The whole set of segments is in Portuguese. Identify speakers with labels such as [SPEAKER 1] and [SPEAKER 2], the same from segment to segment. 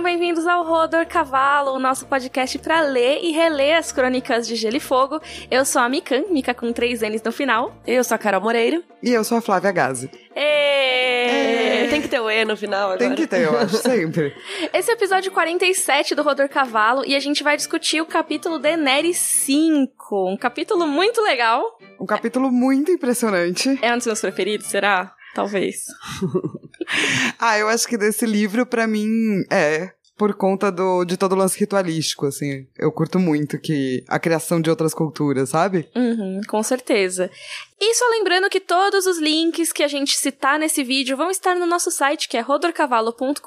[SPEAKER 1] bem-vindos ao Rodor Cavalo, o nosso podcast para ler e reler as crônicas de Gelo e Fogo. Eu sou a Mikan, Mika com três N's no final.
[SPEAKER 2] Eu sou a Carol Moreira.
[SPEAKER 3] E eu sou a Flávia Gazi.
[SPEAKER 1] Êêêê!
[SPEAKER 2] É, Tem que ter o E no final agora.
[SPEAKER 3] Tem que ter, eu acho, sempre.
[SPEAKER 1] Esse é o episódio 47 do Rodor Cavalo e a gente vai discutir o capítulo Daenerys 5. Um capítulo muito legal.
[SPEAKER 3] Um capítulo muito impressionante.
[SPEAKER 1] É um dos meus preferidos, será? Talvez.
[SPEAKER 3] Ah, eu acho que desse livro, pra mim, é. Por conta do, de todo o lance ritualístico, assim. Eu curto muito que a criação de outras culturas, sabe?
[SPEAKER 1] Uhum, com certeza. E só lembrando que todos os links que a gente citar nesse vídeo vão estar no nosso site, que é rodorcavalo.com.br,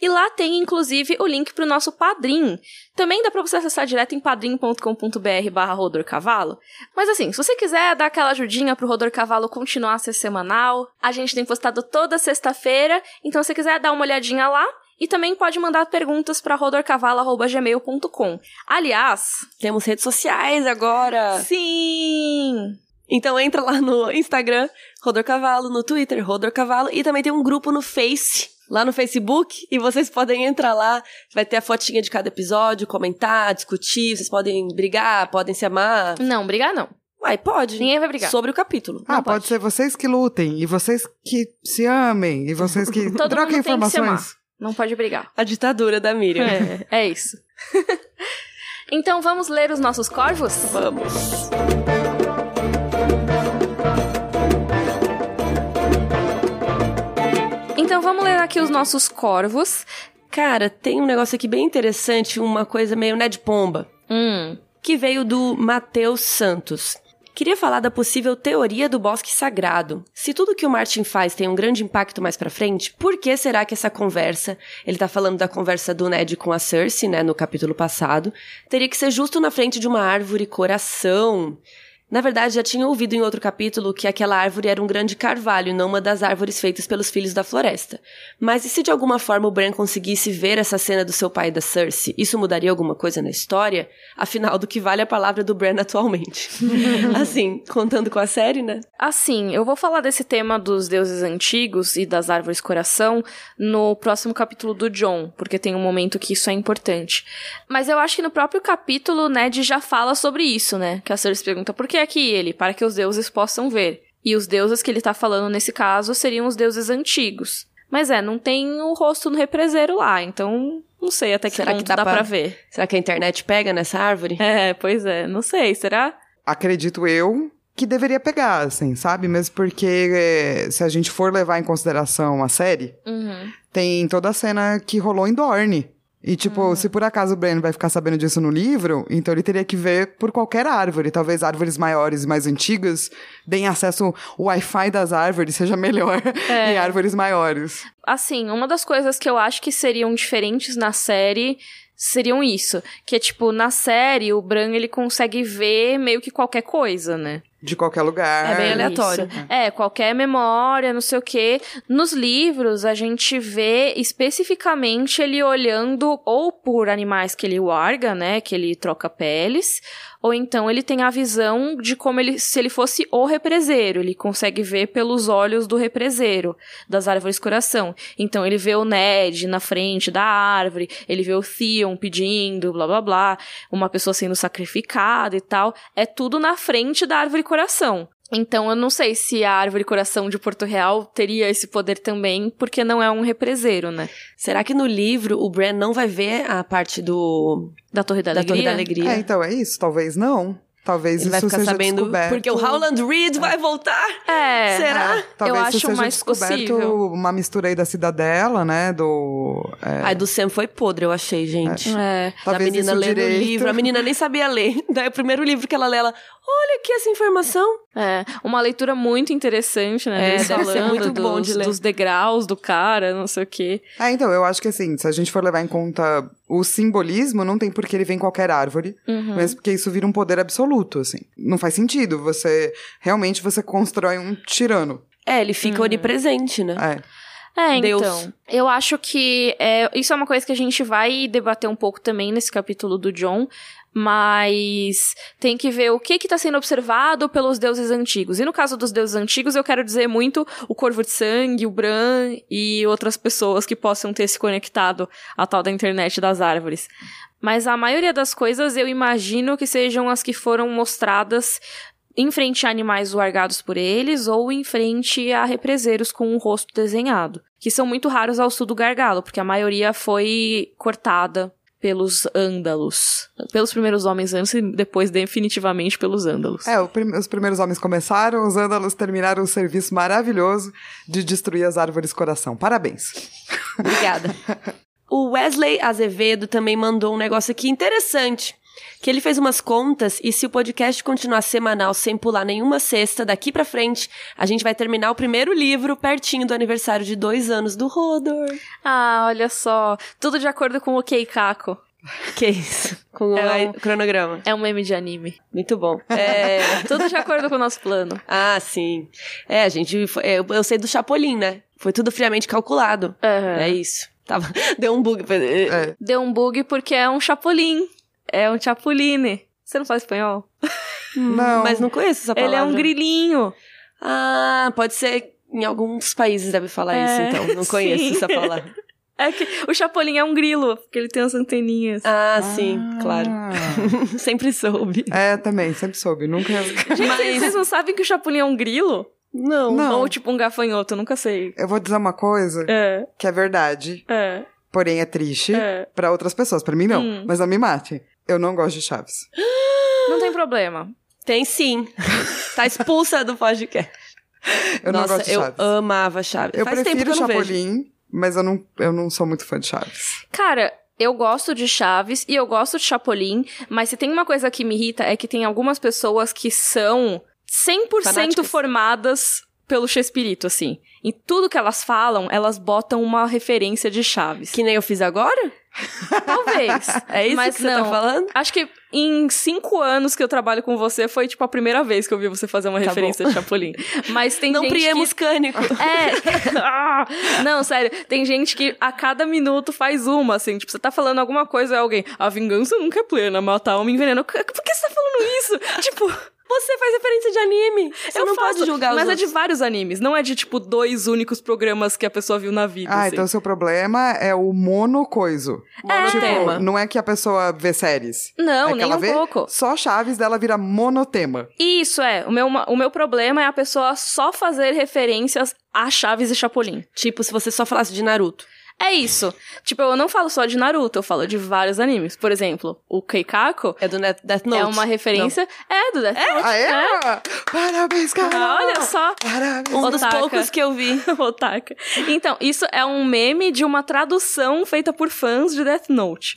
[SPEAKER 1] e lá tem inclusive o link para o nosso Padrim. Também dá para você acessar direto em padrim.com.br barra rodorcavalo. Mas assim, se você quiser dar aquela ajudinha pro Rodor Cavalo continuar a ser semanal, a gente tem postado toda sexta-feira, então se você quiser dar uma olhadinha lá, e também pode mandar perguntas para rodorcavalo.gmail.com. Aliás,
[SPEAKER 2] Temos redes sociais agora.
[SPEAKER 1] sim!
[SPEAKER 2] Então entra lá no Instagram, Rodor Cavalo, no Twitter, Rodor Cavalo, e também tem um grupo no Face, lá no Facebook, e vocês podem entrar lá, vai ter a fotinha de cada episódio, comentar, discutir, vocês podem brigar, podem se amar.
[SPEAKER 1] Não, brigar não.
[SPEAKER 2] Uai, pode.
[SPEAKER 1] Ninguém vai brigar.
[SPEAKER 2] Sobre o capítulo.
[SPEAKER 3] Ah,
[SPEAKER 2] Não
[SPEAKER 3] pode. ser vocês que lutem, e vocês que se amem, e vocês que
[SPEAKER 1] Todo
[SPEAKER 3] troquem
[SPEAKER 1] mundo tem que se amar.
[SPEAKER 3] informações.
[SPEAKER 1] Não pode brigar.
[SPEAKER 2] A ditadura da Miriam.
[SPEAKER 1] É, é isso. então vamos ler os nossos corvos?
[SPEAKER 2] Vamos.
[SPEAKER 1] Então vamos ler aqui os nossos corvos.
[SPEAKER 2] Cara, tem um negócio aqui bem interessante, uma coisa meio né de pomba.
[SPEAKER 1] Hum.
[SPEAKER 2] que veio do Matheus Santos. Queria falar da possível teoria do bosque sagrado. Se tudo que o Martin faz tem um grande impacto mais pra frente, por que será que essa conversa, ele tá falando da conversa do Ned com a Cersei, né, no capítulo passado, teria que ser justo na frente de uma árvore coração? Na verdade, já tinha ouvido em outro capítulo que aquela árvore era um grande carvalho, e não uma das árvores feitas pelos filhos da floresta. Mas e se de alguma forma o Bran conseguisse ver essa cena do seu pai e da Cersei? Isso mudaria alguma coisa na história? Afinal, do que vale a palavra do Bran atualmente? assim, contando com a série, né?
[SPEAKER 1] Assim, eu vou falar desse tema dos deuses antigos e das árvores coração no próximo capítulo do John, porque tem um momento que isso é importante. Mas eu acho que no próprio capítulo o Ned já fala sobre isso, né? Que a Cersei pergunta por que é que ele? Para que os deuses possam ver. E os deuses que ele tá falando nesse caso seriam os deuses antigos. Mas é, não tem o rosto no represeiro lá, então não sei até que
[SPEAKER 2] Será que
[SPEAKER 1] ponto
[SPEAKER 2] dá
[SPEAKER 1] dá
[SPEAKER 2] pra-
[SPEAKER 1] pra ver.
[SPEAKER 2] Será que a internet pega nessa árvore?
[SPEAKER 1] É, pois é, não sei, será?
[SPEAKER 3] Acredito eu que deveria pegar, assim, sabe? Mesmo porque é, se a gente for levar em consideração a série,
[SPEAKER 1] Uhum.
[SPEAKER 3] tem toda a cena que rolou em Dorne. E, tipo,
[SPEAKER 2] Hum.
[SPEAKER 3] se por acaso o Bran vai ficar sabendo disso no livro, então ele teria que ver por qualquer árvore. Talvez árvores maiores e mais antigas deem acesso ao Wi-Fi das árvores, seja melhor
[SPEAKER 2] É.
[SPEAKER 3] em árvores maiores.
[SPEAKER 1] assim, uma das coisas que eu acho que seriam diferentes na série seriam isso, que é tipo, na série o Bran ele consegue ver meio que qualquer coisa, né?
[SPEAKER 3] De qualquer lugar.
[SPEAKER 2] É bem
[SPEAKER 1] Isso.
[SPEAKER 2] aleatório.
[SPEAKER 1] É, qualquer memória, não sei o quê. Nos livros a gente vê especificamente ele olhando ou por animais que ele larga, né, que ele troca peles, ou então ele tem a visão de como ele se ele fosse o represeiro, ele consegue ver pelos olhos do represeiro das árvores coração. Então ele vê o Ned na frente da árvore, ele vê o Theon pedindo, blá blá blá, uma pessoa sendo sacrificada e tal. É tudo na frente da árvore coração. Então eu não sei se a árvore coração de Porto Real teria esse poder também, porque não é um represeiro, né?
[SPEAKER 2] Será que no livro o Bran não vai ver a parte do
[SPEAKER 1] Da Torre da,
[SPEAKER 2] da
[SPEAKER 1] Alegria.
[SPEAKER 2] Torre da Alegria?
[SPEAKER 3] É, então é isso. Talvez não. Talvez isso
[SPEAKER 2] Ele vai ficar
[SPEAKER 3] seja
[SPEAKER 2] sabendo
[SPEAKER 3] descoberto.
[SPEAKER 2] porque o Howland Reed vai voltar?
[SPEAKER 1] É.
[SPEAKER 2] Será?
[SPEAKER 3] É, talvez
[SPEAKER 1] Eu
[SPEAKER 3] isso
[SPEAKER 1] acho
[SPEAKER 3] seja
[SPEAKER 1] mais
[SPEAKER 3] descoberto
[SPEAKER 1] possível.
[SPEAKER 3] uma mistura aí da cidadela, né? Do. é,
[SPEAKER 2] Ai, do Sam foi podre, eu achei, gente.
[SPEAKER 1] É.
[SPEAKER 2] da
[SPEAKER 3] talvez
[SPEAKER 2] menina
[SPEAKER 3] isso
[SPEAKER 2] lendo o
[SPEAKER 3] direito.
[SPEAKER 2] livro. A menina nem sabia ler. Daí é o primeiro livro que ela lê, ela... Olha aqui essa informação.
[SPEAKER 1] É, uma leitura muito interessante, né?
[SPEAKER 2] É,
[SPEAKER 1] Eles
[SPEAKER 2] deve ser
[SPEAKER 1] falando
[SPEAKER 2] muito
[SPEAKER 1] dos,
[SPEAKER 2] bom de ler.
[SPEAKER 1] dos degraus do cara, não sei o quê.
[SPEAKER 3] É, então, eu acho que assim, se a gente for levar em conta o simbolismo, não tem por que ele vem em qualquer árvore,
[SPEAKER 1] Uhum.
[SPEAKER 3] mas porque isso vira um poder absoluto, assim. Não faz sentido, você, realmente, você constrói um tirano.
[SPEAKER 2] É, ele fica onipresente, né?
[SPEAKER 3] É.
[SPEAKER 1] É,
[SPEAKER 2] Deus.
[SPEAKER 1] então. Eu acho que é, isso é uma coisa que a gente vai debater um pouco também nesse capítulo do John. Mas tem que ver o que está sendo observado pelos deuses antigos. E no caso dos deuses antigos, eu quero dizer muito o Corvo de Sangue, o Bran e outras pessoas que possam ter se conectado à tal da internet das árvores. Mas a maioria das coisas eu imagino que sejam as que foram mostradas em frente a animais largados por eles ou em frente a represeiros com o rosto desenhado, que são muito raros ao sul do Gargalo, porque a maioria foi cortada pelos ândalos, pelos primeiros homens antes e depois definitivamente pelos ândalos.
[SPEAKER 3] É, o prim- os primeiros homens começaram, os ândalos terminaram o serviço maravilhoso de destruir as árvores coração. Parabéns.
[SPEAKER 2] Obrigada. O Wesley Azevedo também mandou um negócio aqui interessante. Que ele fez umas contas e se o podcast continuar semanal sem pular nenhuma sexta daqui pra frente, a gente vai terminar o primeiro livro pertinho do aniversário de dois anos do Rodor.
[SPEAKER 1] Ah, olha só, tudo de acordo com o Keikako.
[SPEAKER 2] Que isso? Com o
[SPEAKER 1] É
[SPEAKER 2] ai-
[SPEAKER 1] um-
[SPEAKER 2] cronograma.
[SPEAKER 1] É um meme de anime.
[SPEAKER 2] Muito bom. É...
[SPEAKER 1] Tudo de acordo com o nosso plano.
[SPEAKER 2] ah, sim. É, a gente. foi- é, eu, eu sei do Chapolin, né? Foi tudo friamente calculado.
[SPEAKER 1] Aham.
[SPEAKER 2] É, isso. Tava... Deu um bug.
[SPEAKER 3] É.
[SPEAKER 1] Deu um bug porque é um chapulim. É um chapuline. Você não fala espanhol?
[SPEAKER 3] Não.
[SPEAKER 2] Hum, Mas não conheço essa palavra.
[SPEAKER 1] Ele é um grilinho.
[SPEAKER 2] Ah, pode ser. Em alguns países deve falar
[SPEAKER 1] É,
[SPEAKER 2] isso, então. Não conheço
[SPEAKER 1] sim.
[SPEAKER 2] essa palavra.
[SPEAKER 1] É que o Chapolin é um grilo, porque ele tem as anteninhas.
[SPEAKER 2] Ah, sim, claro.
[SPEAKER 3] Ah.
[SPEAKER 2] Sempre soube.
[SPEAKER 3] É, também, sempre soube. Nunca.
[SPEAKER 1] Gente,
[SPEAKER 2] Mas-
[SPEAKER 1] vocês não sabem que o Chapolin é um grilo?
[SPEAKER 2] Não.
[SPEAKER 3] Não.
[SPEAKER 1] Ou tipo um gafanhoto, eu nunca sei.
[SPEAKER 3] Eu vou dizer uma coisa
[SPEAKER 1] É,
[SPEAKER 3] que é verdade,
[SPEAKER 1] é,
[SPEAKER 3] porém é triste
[SPEAKER 1] é.
[SPEAKER 3] pra outras pessoas. Pra mim, não.
[SPEAKER 1] Hum.
[SPEAKER 3] Mas não me mate. Eu não gosto de Chaves.
[SPEAKER 1] Não tem problema.
[SPEAKER 2] Tem sim. tá expulsa do podcast.
[SPEAKER 3] Eu não
[SPEAKER 2] Nossa,
[SPEAKER 3] gosto de
[SPEAKER 2] eu
[SPEAKER 3] Chaves.
[SPEAKER 2] amava Chaves.
[SPEAKER 3] Eu
[SPEAKER 2] Faz tempo que
[SPEAKER 3] prefiro
[SPEAKER 2] eu não vejo.
[SPEAKER 3] Chapolin, mas eu não, eu não sou muito fã de Chaves.
[SPEAKER 1] Cara, eu gosto de Chaves e eu gosto de Chapolin, mas se tem uma coisa que me irrita é que tem algumas pessoas que são 100%
[SPEAKER 2] Fanáticas.
[SPEAKER 1] formadas pelo Chespirito, assim. Em tudo que elas falam, elas botam uma referência de Chaves.
[SPEAKER 2] Que nem eu fiz agora?
[SPEAKER 1] Talvez.
[SPEAKER 2] É isso
[SPEAKER 1] Mas
[SPEAKER 2] que você tá
[SPEAKER 1] não.
[SPEAKER 2] falando?
[SPEAKER 1] Acho que em cinco anos que eu trabalho com você, foi tipo a primeira vez que eu vi você fazer uma
[SPEAKER 2] Tá
[SPEAKER 1] referência de Chapolin. Mas tem
[SPEAKER 2] não
[SPEAKER 1] gente
[SPEAKER 2] priemos cânico.
[SPEAKER 1] que... É. Ah, não, sério. Tem gente que a cada minuto faz uma, assim. Tipo, você tá falando alguma coisa e alguém... A vingança nunca é plena, matar homem envenena. Por que você tá falando isso? tipo...
[SPEAKER 2] Você faz referência de anime. Você
[SPEAKER 1] eu
[SPEAKER 2] não
[SPEAKER 1] faço,
[SPEAKER 2] pode julgar os
[SPEAKER 1] Mas é
[SPEAKER 2] outros.
[SPEAKER 1] de vários animes. Não é de, tipo, dois únicos programas que a pessoa viu na vida,
[SPEAKER 3] Ah,
[SPEAKER 1] assim.
[SPEAKER 3] então seu problema é o monocoiso.
[SPEAKER 1] É.
[SPEAKER 2] Monotema.
[SPEAKER 3] Tipo, não é que a pessoa vê séries.
[SPEAKER 1] Não,
[SPEAKER 3] é que
[SPEAKER 1] nem
[SPEAKER 3] ela
[SPEAKER 1] um
[SPEAKER 3] vê
[SPEAKER 1] pouco.
[SPEAKER 3] Só Chaves dela vira monotema.
[SPEAKER 1] Isso, é. O meu, o meu problema é a pessoa só fazer referências a Chaves e Chapolin.
[SPEAKER 2] Tipo, se você só falasse de Naruto.
[SPEAKER 1] É isso. Tipo, eu não falo só de Naruto, eu falo de vários animes. Por exemplo, o Keikako
[SPEAKER 2] É do Net- Death Note.
[SPEAKER 1] é uma referência. É, do Death Note.
[SPEAKER 3] Ah, é?
[SPEAKER 1] É.
[SPEAKER 3] Parabéns,
[SPEAKER 1] Ah,
[SPEAKER 3] cara!
[SPEAKER 1] Olha só.
[SPEAKER 3] Parabéns!
[SPEAKER 2] Não. Um dos
[SPEAKER 1] Otaka.
[SPEAKER 2] poucos que eu vi.
[SPEAKER 1] Otaka. Então, isso é um meme de uma tradução feita por fãs de Death Note.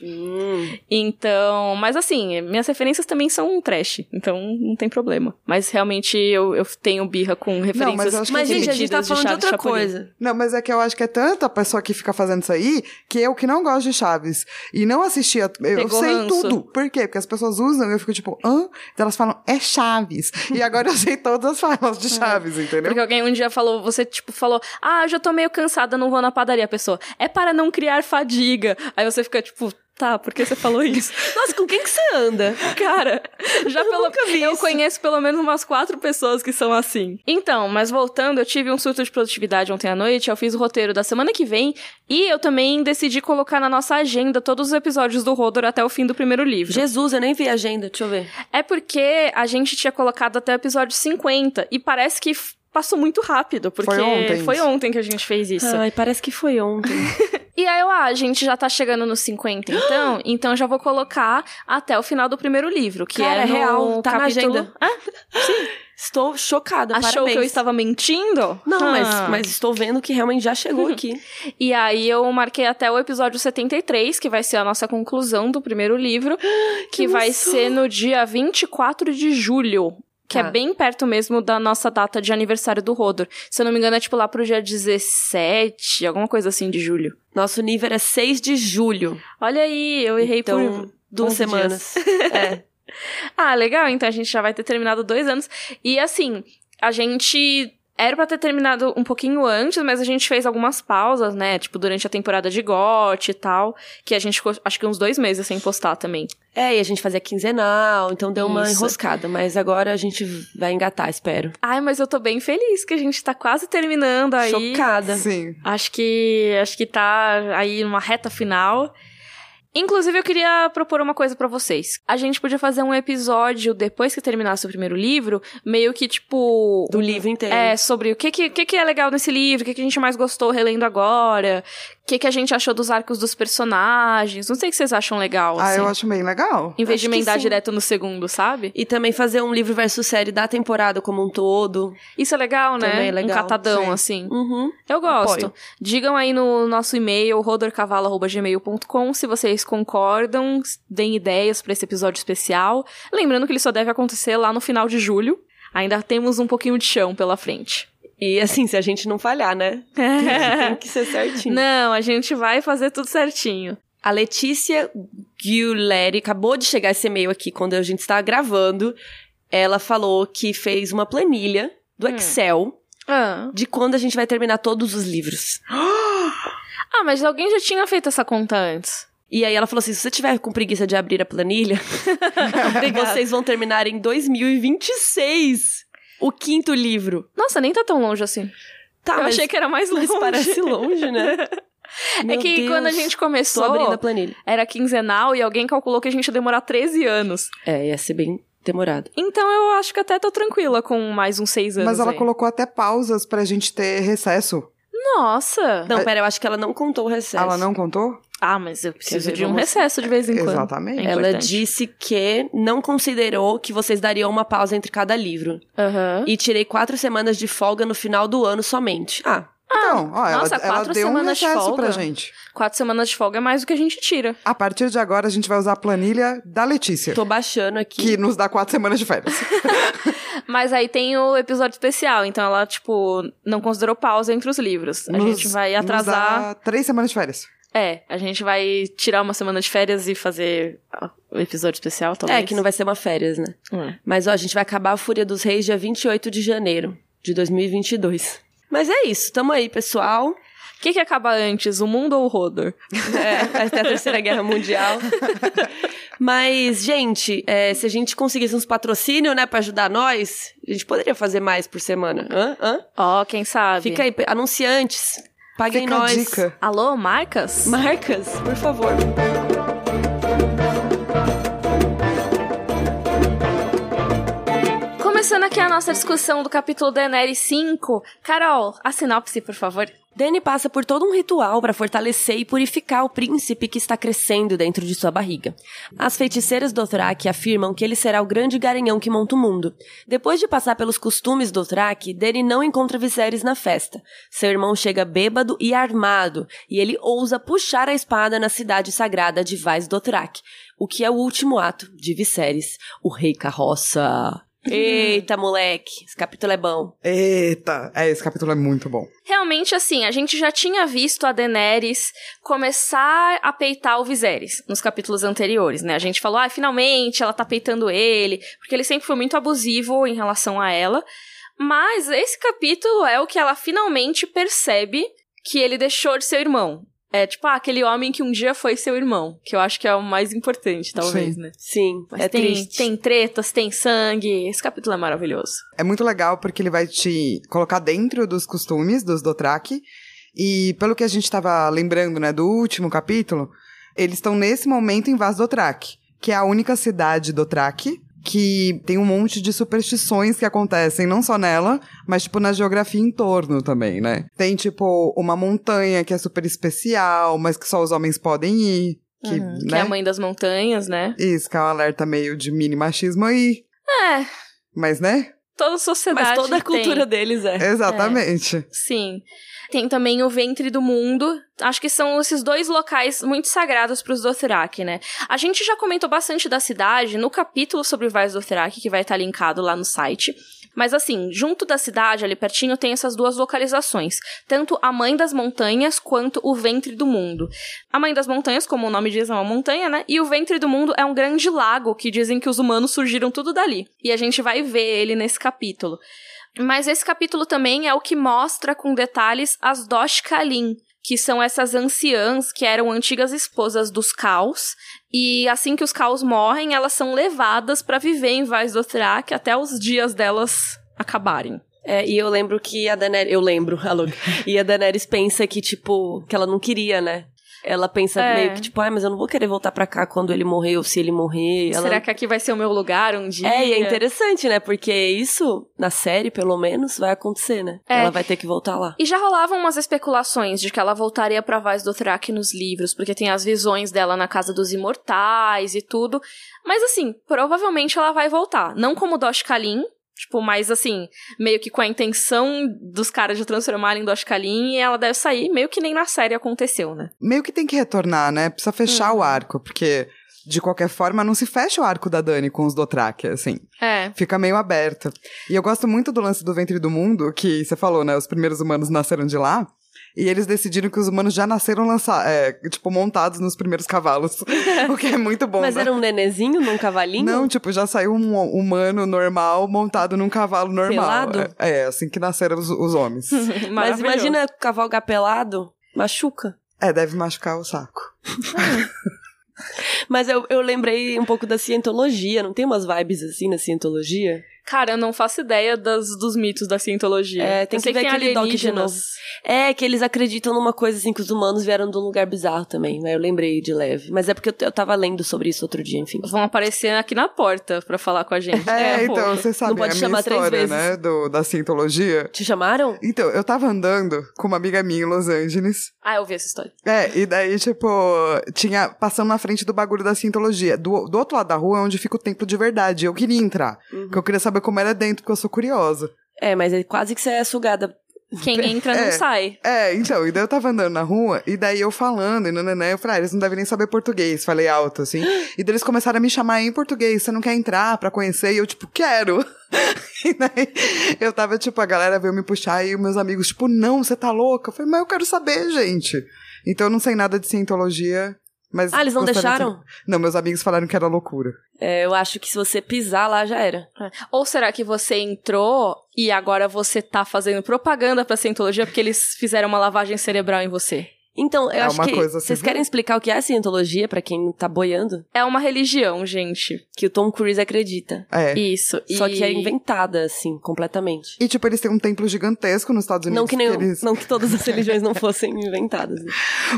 [SPEAKER 1] Então, mas assim, minhas referências também são um trash, então não tem problema. Mas realmente eu, eu tenho birra com referências.
[SPEAKER 3] mas eu acho que é
[SPEAKER 2] Mas, gente, a gente tá
[SPEAKER 1] repetidas
[SPEAKER 2] falando de,
[SPEAKER 1] Chaves e
[SPEAKER 2] outra
[SPEAKER 1] Chapolin.
[SPEAKER 2] coisa.
[SPEAKER 3] Não, mas é que eu acho que é tanta pessoa que fica fazendo isso aí que eu que não gosto de Chaves e não assistia. Eu
[SPEAKER 1] Pegou
[SPEAKER 3] sei
[SPEAKER 1] ranço.
[SPEAKER 3] tudo. Por quê? Porque as pessoas usam e eu fico tipo, hã? Então elas falam, é Chaves. E agora eu sei todas as falas
[SPEAKER 1] É.
[SPEAKER 3] de Chaves, entendeu?
[SPEAKER 1] Porque alguém um dia falou, você tipo falou, ah, eu já tô meio cansada, não vou na padaria, a pessoa. É para não criar fadiga. Aí você fica tipo, tá, por que você falou isso?
[SPEAKER 2] Nossa, com quem que você anda?
[SPEAKER 1] Cara, já pelo
[SPEAKER 2] nunca vi
[SPEAKER 1] eu
[SPEAKER 2] isso.
[SPEAKER 1] conheço pelo menos umas quatro pessoas que são assim. Então, mas voltando, eu tive um surto de produtividade ontem à noite, eu fiz o roteiro da semana que vem e eu também decidi colocar na nossa agenda todos os episódios do Rodor até o fim do primeiro livro.
[SPEAKER 2] Jesus, eu nem vi a agenda, deixa eu ver.
[SPEAKER 1] É porque a gente tinha colocado até o episódio 50 e parece que f- passou muito rápido, porque
[SPEAKER 3] Foi ontem
[SPEAKER 1] foi
[SPEAKER 3] isso.
[SPEAKER 1] ontem que a gente fez isso.
[SPEAKER 2] Ai, parece que foi ontem.
[SPEAKER 1] E aí eu, ah, a gente já tá chegando nos 50, então, então já vou colocar até o final do primeiro livro, que é
[SPEAKER 2] Cara, é
[SPEAKER 1] no
[SPEAKER 2] real, tá na
[SPEAKER 1] capítulo...
[SPEAKER 2] agenda. Estou chocada,
[SPEAKER 1] Achou
[SPEAKER 2] parabéns.
[SPEAKER 1] que eu estava mentindo?
[SPEAKER 2] Não,
[SPEAKER 1] Ah. Uhum.
[SPEAKER 2] mas, mas estou vendo que realmente já chegou aqui.
[SPEAKER 1] E aí eu marquei até o episódio 73, que vai ser a nossa conclusão do primeiro livro, que, vai
[SPEAKER 2] emoção.
[SPEAKER 1] ser no dia 24 de julho. Que
[SPEAKER 2] Tá.
[SPEAKER 1] é bem perto mesmo da nossa data de aniversário do Rodor. Se eu não me engano, é tipo lá pro dia 17, alguma coisa assim de julho.
[SPEAKER 2] Nosso nível é 6 de julho.
[SPEAKER 1] Olha aí, eu errei por
[SPEAKER 2] então, duas
[SPEAKER 1] 11
[SPEAKER 2] semanas. É.
[SPEAKER 1] Ah, legal. Então a gente já vai ter terminado dois anos. E assim, a gente Era pra ter terminado um pouquinho antes, mas a gente fez algumas pausas, né? Tipo, durante a temporada de GOT e tal. Que a gente ficou, acho que uns dois meses sem postar também.
[SPEAKER 2] É, e a gente fazia quinzenal, então deu uma
[SPEAKER 1] Isso. enroscada,
[SPEAKER 2] enroscada, mas agora a gente vai engatar, espero.
[SPEAKER 1] Ai, mas eu tô bem feliz que a gente tá quase terminando aí.
[SPEAKER 2] Chocada.
[SPEAKER 3] Sim.
[SPEAKER 1] Acho que acho que tá aí numa reta final. Inclusive, eu queria propor uma coisa pra vocês. A gente podia fazer um episódio depois que terminasse o primeiro livro, meio que tipo.
[SPEAKER 2] Do livro inteiro.
[SPEAKER 1] É, sobre o que que, que que é legal nesse livro, o que, que a gente mais gostou relendo agora, o que, que a gente achou dos arcos dos personagens. Não sei o que vocês acham legal.
[SPEAKER 3] Ah,
[SPEAKER 1] assim.
[SPEAKER 3] eu acho bem legal.
[SPEAKER 1] Em vez de
[SPEAKER 2] acho que
[SPEAKER 1] emendar
[SPEAKER 2] sim.
[SPEAKER 1] direto no segundo, sabe?
[SPEAKER 2] E também fazer um livro versus série da temporada como um todo.
[SPEAKER 1] Isso é legal, né?
[SPEAKER 2] Também é legal,
[SPEAKER 1] um catadão,
[SPEAKER 3] sim.
[SPEAKER 1] assim.
[SPEAKER 2] Uhum.
[SPEAKER 1] Eu gosto.
[SPEAKER 2] Apoio.
[SPEAKER 1] Digam aí no nosso e-mail, rodorcavalo.gmail.com, se vocês concordam, deem ideias pra esse episódio especial. Lembrando que ele só deve acontecer lá no final de julho. Ainda temos um pouquinho de chão pela frente.
[SPEAKER 2] E assim, se a gente não falhar, né? Tem que ser certinho.
[SPEAKER 1] Não, a gente vai fazer tudo certinho.
[SPEAKER 2] A Letícia Guilherme acabou de chegar esse e-mail aqui quando a gente estava gravando. Ela falou que fez uma planilha do
[SPEAKER 1] Hum.
[SPEAKER 2] Excel
[SPEAKER 1] Ah.
[SPEAKER 2] de quando a gente vai terminar todos os livros.
[SPEAKER 1] Ah, mas alguém já tinha feito essa conta antes.
[SPEAKER 2] E aí ela falou assim: se você tiver com preguiça de abrir a planilha, vocês vão terminar em 2026 o quinto livro.
[SPEAKER 1] Nossa, nem tá tão longe assim.
[SPEAKER 2] Tá,
[SPEAKER 1] eu
[SPEAKER 2] mas,
[SPEAKER 1] achei que era mais
[SPEAKER 2] mas
[SPEAKER 1] longe.
[SPEAKER 2] parece longe, né?
[SPEAKER 1] É
[SPEAKER 2] Meu
[SPEAKER 1] que
[SPEAKER 2] Deus,
[SPEAKER 1] quando a gente
[SPEAKER 2] Tô abrindo
[SPEAKER 1] começou,
[SPEAKER 2] a planilha.
[SPEAKER 1] era quinzenal e alguém calculou que a gente ia demorar 13 anos.
[SPEAKER 2] É, ia ser bem demorado.
[SPEAKER 1] Então eu acho que até tô tranquila com mais uns seis anos.
[SPEAKER 3] Mas ela
[SPEAKER 1] aí.
[SPEAKER 3] colocou até pausas pra gente ter recesso.
[SPEAKER 1] Nossa!
[SPEAKER 2] Não, pera, eu acho que ela não contou o recesso.
[SPEAKER 3] Ela não contou?
[SPEAKER 1] Ah, mas eu preciso
[SPEAKER 2] ver,
[SPEAKER 1] de um
[SPEAKER 2] vamos-
[SPEAKER 1] recesso de vez em quando.
[SPEAKER 3] Exatamente.
[SPEAKER 1] É.
[SPEAKER 2] Ela
[SPEAKER 1] importante.
[SPEAKER 2] disse que não considerou que vocês dariam uma pausa entre cada livro.
[SPEAKER 1] Aham.
[SPEAKER 2] E tirei quatro semanas de folga no final do ano somente. Ah,
[SPEAKER 3] Então, ó,
[SPEAKER 1] nossa,
[SPEAKER 3] ela, ela
[SPEAKER 1] quatro
[SPEAKER 3] deu um
[SPEAKER 1] semanas de
[SPEAKER 3] recesso
[SPEAKER 1] folga.
[SPEAKER 3] pra gente.
[SPEAKER 1] Quatro semanas de folga é mais do que a gente tira.
[SPEAKER 3] A partir de agora, a gente vai usar a planilha da Letícia.
[SPEAKER 2] tô baixando aqui.
[SPEAKER 3] Que nos dá quatro semanas de férias.
[SPEAKER 1] Mas aí tem o episódio especial, então ela, tipo, não considerou pausa entre os livros. A
[SPEAKER 3] Nos-
[SPEAKER 1] gente vai
[SPEAKER 3] nos
[SPEAKER 1] atrasar.
[SPEAKER 3] dá três semanas de férias.
[SPEAKER 1] É, a gente vai tirar uma semana de férias e fazer ah, o episódio especial, talvez.
[SPEAKER 2] É, que não vai ser uma férias, né?
[SPEAKER 1] Hum.
[SPEAKER 2] Mas ó, a gente vai acabar a Fúria dos Reis dia 28 de janeiro de 2022. Mas é isso, tamo aí, pessoal.
[SPEAKER 1] O que, que acaba antes, o mundo ou o Rodor?
[SPEAKER 2] É, até a Terceira Guerra Mundial. Mas, gente, é, se a gente conseguisse uns patrocínio, né, pra ajudar nós, a gente poderia fazer mais por semana. Hã? Hã?
[SPEAKER 1] Ó, quem sabe?
[SPEAKER 2] Fica aí, pe- anunciantes, paguem
[SPEAKER 3] Fica
[SPEAKER 2] nós.
[SPEAKER 3] a dica.
[SPEAKER 1] Alô, marcas?
[SPEAKER 2] Marcas, por favor.
[SPEAKER 1] Começando aqui a nossa discussão do capítulo da Daenerys 5. Carol, a sinopse, por favor.
[SPEAKER 2] Dany passa por todo um ritual para fortalecer e purificar o príncipe que está crescendo dentro de sua barriga. As feiticeiras Dothraki afirmam que ele será o grande garanhão que monta o mundo. Depois de passar pelos costumes Dothraki, Dany não encontra Viserys na festa. Seu irmão chega bêbado e armado, e ele ousa puxar a espada na cidade sagrada de Vaz Dothraki, o que é o último ato de Viserys, o rei carroça. Eita, moleque, esse capítulo é bom.
[SPEAKER 3] Eita! É, esse capítulo é muito bom.
[SPEAKER 1] Realmente, assim, a gente já tinha visto a Daenerys começar a peitar o Viserys nos capítulos anteriores, né? A gente falou, ah, finalmente ela tá peitando ele, porque ele sempre foi muito abusivo em relação a ela. Mas esse capítulo é o que ela finalmente percebe que ele deixou de ser irmão. É tipo, ah, aquele homem que um dia foi seu irmão, que eu acho que é o mais importante, talvez, né?
[SPEAKER 2] Sim,
[SPEAKER 1] Mas
[SPEAKER 2] é
[SPEAKER 1] tem,
[SPEAKER 2] triste.
[SPEAKER 1] tem tretas, tem sangue. Esse capítulo é maravilhoso.
[SPEAKER 3] É muito legal porque ele vai te colocar dentro dos costumes dos Dothraki. E pelo que a gente tava lembrando, né, do último capítulo, eles estão nesse momento em Vaz Dothraki, que é a única cidade Dothraki que tem um monte de superstições que acontecem, não só nela, mas, tipo, na geografia em torno também, né? Tem, tipo, uma montanha que é super especial, mas que só os homens podem ir. Que,
[SPEAKER 1] Uhum.
[SPEAKER 3] né?
[SPEAKER 1] Que é a mãe das montanhas, né?
[SPEAKER 3] Isso, que é um alerta meio de mini machismo aí.
[SPEAKER 1] É,
[SPEAKER 3] Mas, né?
[SPEAKER 1] toda sociedade.
[SPEAKER 2] Mas toda a
[SPEAKER 1] tem.
[SPEAKER 2] cultura deles é.
[SPEAKER 3] Exatamente.
[SPEAKER 1] Sim. Tem também o ventre do mundo. Acho que são esses dois locais muito sagrados pros Dothraki, né? A gente já comentou bastante da cidade no capítulo sobre Vais Dothraki, que vai estar linkado lá no site. Mas assim, junto da cidade, ali pertinho, tem essas duas localizações. Tanto a Mãe das Montanhas quanto o Ventre do Mundo. A Mãe das Montanhas, como o nome diz, é uma montanha, né? E o Ventre do Mundo é um grande lago que dizem que os humanos surgiram tudo dali. E a gente vai ver ele nesse capítulo. Mas esse capítulo também é o que mostra com detalhes as Dosh Kalin, que são essas anciãs que eram antigas esposas dos Caos, e assim que os Caos morrem, elas são levadas para viver em Vais do Thrak até os dias delas acabarem.
[SPEAKER 2] É, e eu lembro que a Daenerys... Eu lembro, a Luke. e a Daenerys pensa que, tipo, que ela não queria, né? Ela pensa
[SPEAKER 1] É.
[SPEAKER 2] meio que, tipo, ai, mas eu não vou querer voltar pra cá quando ele morrer ou se ele morrer. Ela-
[SPEAKER 1] Será que aqui vai ser o meu lugar um dia?
[SPEAKER 2] É, e é interessante, né? Porque isso, na série, pelo menos, vai acontecer, né?
[SPEAKER 1] É.
[SPEAKER 2] Ela vai ter que voltar lá.
[SPEAKER 1] E já rolavam umas especulações de que ela voltaria pra Vaz do Thrak nos livros, porque tem as visões dela na Casa dos Imortais e tudo. Mas assim, provavelmente ela vai voltar. Não como Dosh Kalin, tipo, mas assim, meio que com a intenção dos caras de transformar em Dosh Kalin, e ela deve sair, meio que nem na série aconteceu, né?
[SPEAKER 3] Meio que tem que retornar, né? Precisa fechar
[SPEAKER 2] Uhum.
[SPEAKER 3] o arco, porque de qualquer forma não se fecha o arco da Dani com os Dothraki, assim.
[SPEAKER 1] É.
[SPEAKER 3] Fica meio aberto. E eu gosto muito do lance do ventre do mundo, que você falou, né? Os primeiros humanos nasceram de lá. E eles decidiram que os humanos já nasceram lança- é, tipo, montados nos primeiros cavalos. o que é muito bom,
[SPEAKER 2] mas
[SPEAKER 3] né?
[SPEAKER 2] era um nenezinho num cavalinho?
[SPEAKER 3] Não, tipo, já saiu um humano normal montado num cavalo normal.
[SPEAKER 2] Pelado? Hum.
[SPEAKER 3] É, é, assim que nasceram os, os homens.
[SPEAKER 2] mas imagina cavalgar pelado, machuca.
[SPEAKER 3] é, deve machucar o saco.
[SPEAKER 2] Mas eu, eu lembrei um pouco da cientologia, não tem umas vibes assim na cientologia?
[SPEAKER 1] Cara, eu não faço ideia das- dos mitos da cientologia.
[SPEAKER 2] É,
[SPEAKER 1] Eu
[SPEAKER 2] tem que
[SPEAKER 1] sei
[SPEAKER 2] ver
[SPEAKER 1] tem
[SPEAKER 2] aquele doc de
[SPEAKER 1] alienígenas.
[SPEAKER 2] novo. É, que eles acreditam numa coisa assim que os humanos vieram de um lugar bizarro também, né? Eu lembrei de leve. Mas é porque eu, eu tava lendo sobre isso outro dia, enfim.
[SPEAKER 1] Vão aparecer aqui na porta pra falar com a gente.
[SPEAKER 3] É,
[SPEAKER 1] um
[SPEAKER 3] então,
[SPEAKER 1] pouco.
[SPEAKER 3] você sabe,
[SPEAKER 2] pode
[SPEAKER 3] a minha
[SPEAKER 2] chamar três
[SPEAKER 3] história,
[SPEAKER 2] vezes.
[SPEAKER 3] né, do, da cientologia.
[SPEAKER 2] Te chamaram?
[SPEAKER 3] Então, eu tava andando com uma amiga minha em Los Angeles,
[SPEAKER 1] Ah, eu vi essa história.
[SPEAKER 3] É, e daí, tipo, tinha. Passando na frente do bagulho da cientologia. Do, do outro lado da rua é onde fica o templo de verdade. Eu queria entrar.
[SPEAKER 2] Uhum.
[SPEAKER 3] Porque eu queria saber como era dentro, porque eu sou curiosa.
[SPEAKER 2] É, mas é quase que você é sugada.
[SPEAKER 1] Quem entra não
[SPEAKER 3] É.
[SPEAKER 1] sai.
[SPEAKER 3] É, então, e daí eu tava andando na rua, e daí eu falando, e nananã, eu falei, ah, eles não devem nem saber português, falei alto, assim. E daí eles começaram a me chamar em português, você não quer entrar pra conhecer? E eu, tipo, quero! e daí eu tava, tipo, a galera veio me puxar, e os meus amigos, tipo, não, você tá louca? Eu falei, mas eu quero saber, gente. Então eu não sei nada de cientologia, mas...
[SPEAKER 2] Ah, eles não
[SPEAKER 3] gostaria de-
[SPEAKER 2] deixaram?
[SPEAKER 3] Não, meus amigos falaram que era loucura.
[SPEAKER 2] É, eu acho que se você pisar lá já era.
[SPEAKER 1] Ou será que você entrou e agora você tá fazendo propaganda pra Cientologia porque eles fizeram uma lavagem cerebral em você?
[SPEAKER 2] Então, eu
[SPEAKER 3] É
[SPEAKER 2] acho
[SPEAKER 3] uma
[SPEAKER 2] que
[SPEAKER 3] coisa assim.
[SPEAKER 2] vocês querem explicar o que é a cientologia pra quem tá boiando?
[SPEAKER 1] É uma religião, gente.
[SPEAKER 2] Que o Tom Cruise acredita.
[SPEAKER 3] É. E...
[SPEAKER 1] Isso.
[SPEAKER 2] Só
[SPEAKER 1] e-
[SPEAKER 2] que é inventada assim, completamente.
[SPEAKER 3] tipo, eles têm um templo gigantesco nos Estados Unidos.
[SPEAKER 2] Não que, nem,
[SPEAKER 3] eles...
[SPEAKER 2] não que todas as religiões não fossem inventadas. né?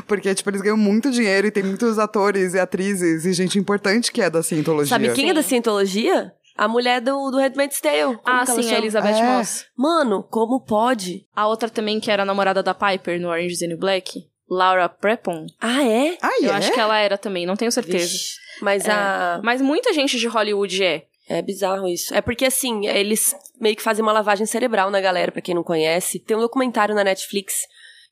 [SPEAKER 3] Porque, tipo, eles ganham muito dinheiro e tem muitos atores e atrizes e gente importante que é da cientologia.
[SPEAKER 2] Sabe quem é da
[SPEAKER 1] Sim.
[SPEAKER 2] cientologia? A mulher do, do Handmaid's Tale. Como
[SPEAKER 1] Ah,
[SPEAKER 2] que ela
[SPEAKER 1] sim, a
[SPEAKER 2] chama?
[SPEAKER 1] Elizabeth
[SPEAKER 3] É.
[SPEAKER 1] Moss.
[SPEAKER 2] Mano, como pode?
[SPEAKER 1] A outra também que era a namorada da Piper no Orange is the New Black. Laura Prepon.
[SPEAKER 2] Ah, é?
[SPEAKER 3] Ah,
[SPEAKER 1] Eu
[SPEAKER 3] é?
[SPEAKER 1] acho que ela era também, não tenho certeza. É.
[SPEAKER 2] Vixe. Mas a...
[SPEAKER 1] Mas muita gente de Hollywood é.
[SPEAKER 2] É bizarro isso. É porque, assim, eles meio que fazem uma lavagem cerebral na galera, pra quem não conhece. Tem um documentário na Netflix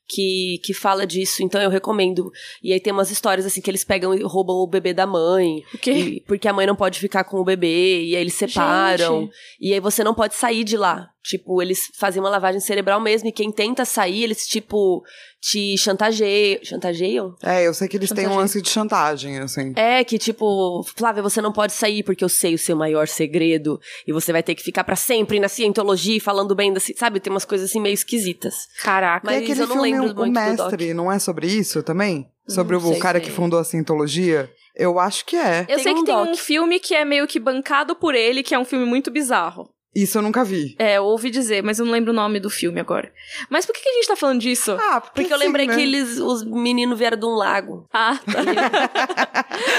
[SPEAKER 2] que, que fala disso, então eu recomendo. E aí tem umas histórias, assim, que eles pegam e roubam o bebê da mãe.
[SPEAKER 1] O quê?
[SPEAKER 2] E- porque a mãe não pode ficar com o bebê, e aí eles separam.
[SPEAKER 1] Gente.
[SPEAKER 2] E aí você não pode sair de lá. Tipo, eles fazem uma lavagem cerebral mesmo, e quem tenta sair, eles, tipo, te chantageiam. Chantageiam?
[SPEAKER 3] É, eu sei que eles têm um
[SPEAKER 2] Chantagem.
[SPEAKER 3] lance de chantagem, assim.
[SPEAKER 2] É, que tipo, Flávia, você não pode sair porque eu sei o seu maior segredo. E você vai ter que fici- ficar pra sempre na cientologia e falando bem da. ci- Sabe, tem umas coisas assim meio esquisitas.
[SPEAKER 1] Caraca.
[SPEAKER 2] mas
[SPEAKER 3] Tem aquele
[SPEAKER 2] eu não
[SPEAKER 3] filme
[SPEAKER 2] lembro
[SPEAKER 3] O
[SPEAKER 2] muito do Hum,
[SPEAKER 3] Mestre, não é sobre isso também? Sobre
[SPEAKER 2] sei
[SPEAKER 3] o cara
[SPEAKER 2] se- é
[SPEAKER 3] que fundou a cientologia? Eu acho que é.
[SPEAKER 1] Eu
[SPEAKER 2] Tem
[SPEAKER 1] sei que
[SPEAKER 2] um
[SPEAKER 1] tem
[SPEAKER 2] doc.
[SPEAKER 1] um filme que é meio que bancado por ele, que é um filme muito bizarro.
[SPEAKER 3] Isso eu nunca vi.
[SPEAKER 1] É, eu ouvi dizer, mas eu não lembro o nome do filme agora. Mas por que, que a gente tá falando disso?
[SPEAKER 3] Ah,
[SPEAKER 2] Porque eu lembrei
[SPEAKER 3] sim, né?
[SPEAKER 2] É que eles, os meninos vieram de um lago.
[SPEAKER 1] Ah,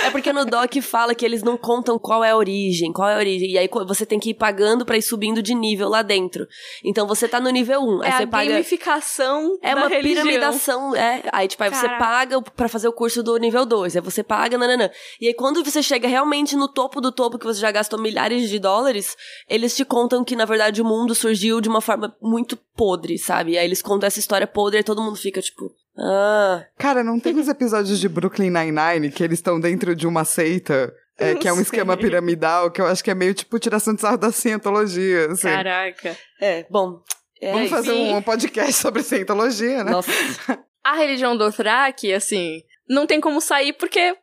[SPEAKER 2] É porque no doc fala que eles não contam qual é a origem, qual é a origem. E aí co- você tem que ir pagando pra ir subindo de nível lá dentro. Então você tá no nível 1, aí
[SPEAKER 1] é a
[SPEAKER 2] você paga.
[SPEAKER 1] gamificação
[SPEAKER 2] É
[SPEAKER 1] da
[SPEAKER 2] uma
[SPEAKER 1] religião.
[SPEAKER 2] piramidação, é. Aí, tipo, aí você
[SPEAKER 1] Caraca.
[SPEAKER 2] paga o- pra fazer o curso do nível 2, aí você paga, nananã. E aí, quando você chega realmente no topo do topo, que você já gastou milhares de dólares, eles te contam que, na verdade, o mundo surgiu de uma forma muito podre, sabe? E aí eles contam essa história podre e todo mundo fica, tipo, ah,
[SPEAKER 3] Cara, não tem os episódios de Brooklyn Nine-Nine que eles estão dentro de uma seita, é,
[SPEAKER 1] Não
[SPEAKER 3] que é um
[SPEAKER 1] sei.
[SPEAKER 3] esquema piramidal, que eu acho que é meio tipo tiração de sarro da cientologia, assim.
[SPEAKER 1] Caraca.
[SPEAKER 2] é, bom. É
[SPEAKER 3] Vamos
[SPEAKER 2] isso.
[SPEAKER 3] fazer um podcast sobre cientologia, né?
[SPEAKER 2] Nossa.
[SPEAKER 1] A religião do Thrak, assim, não tem como sair porque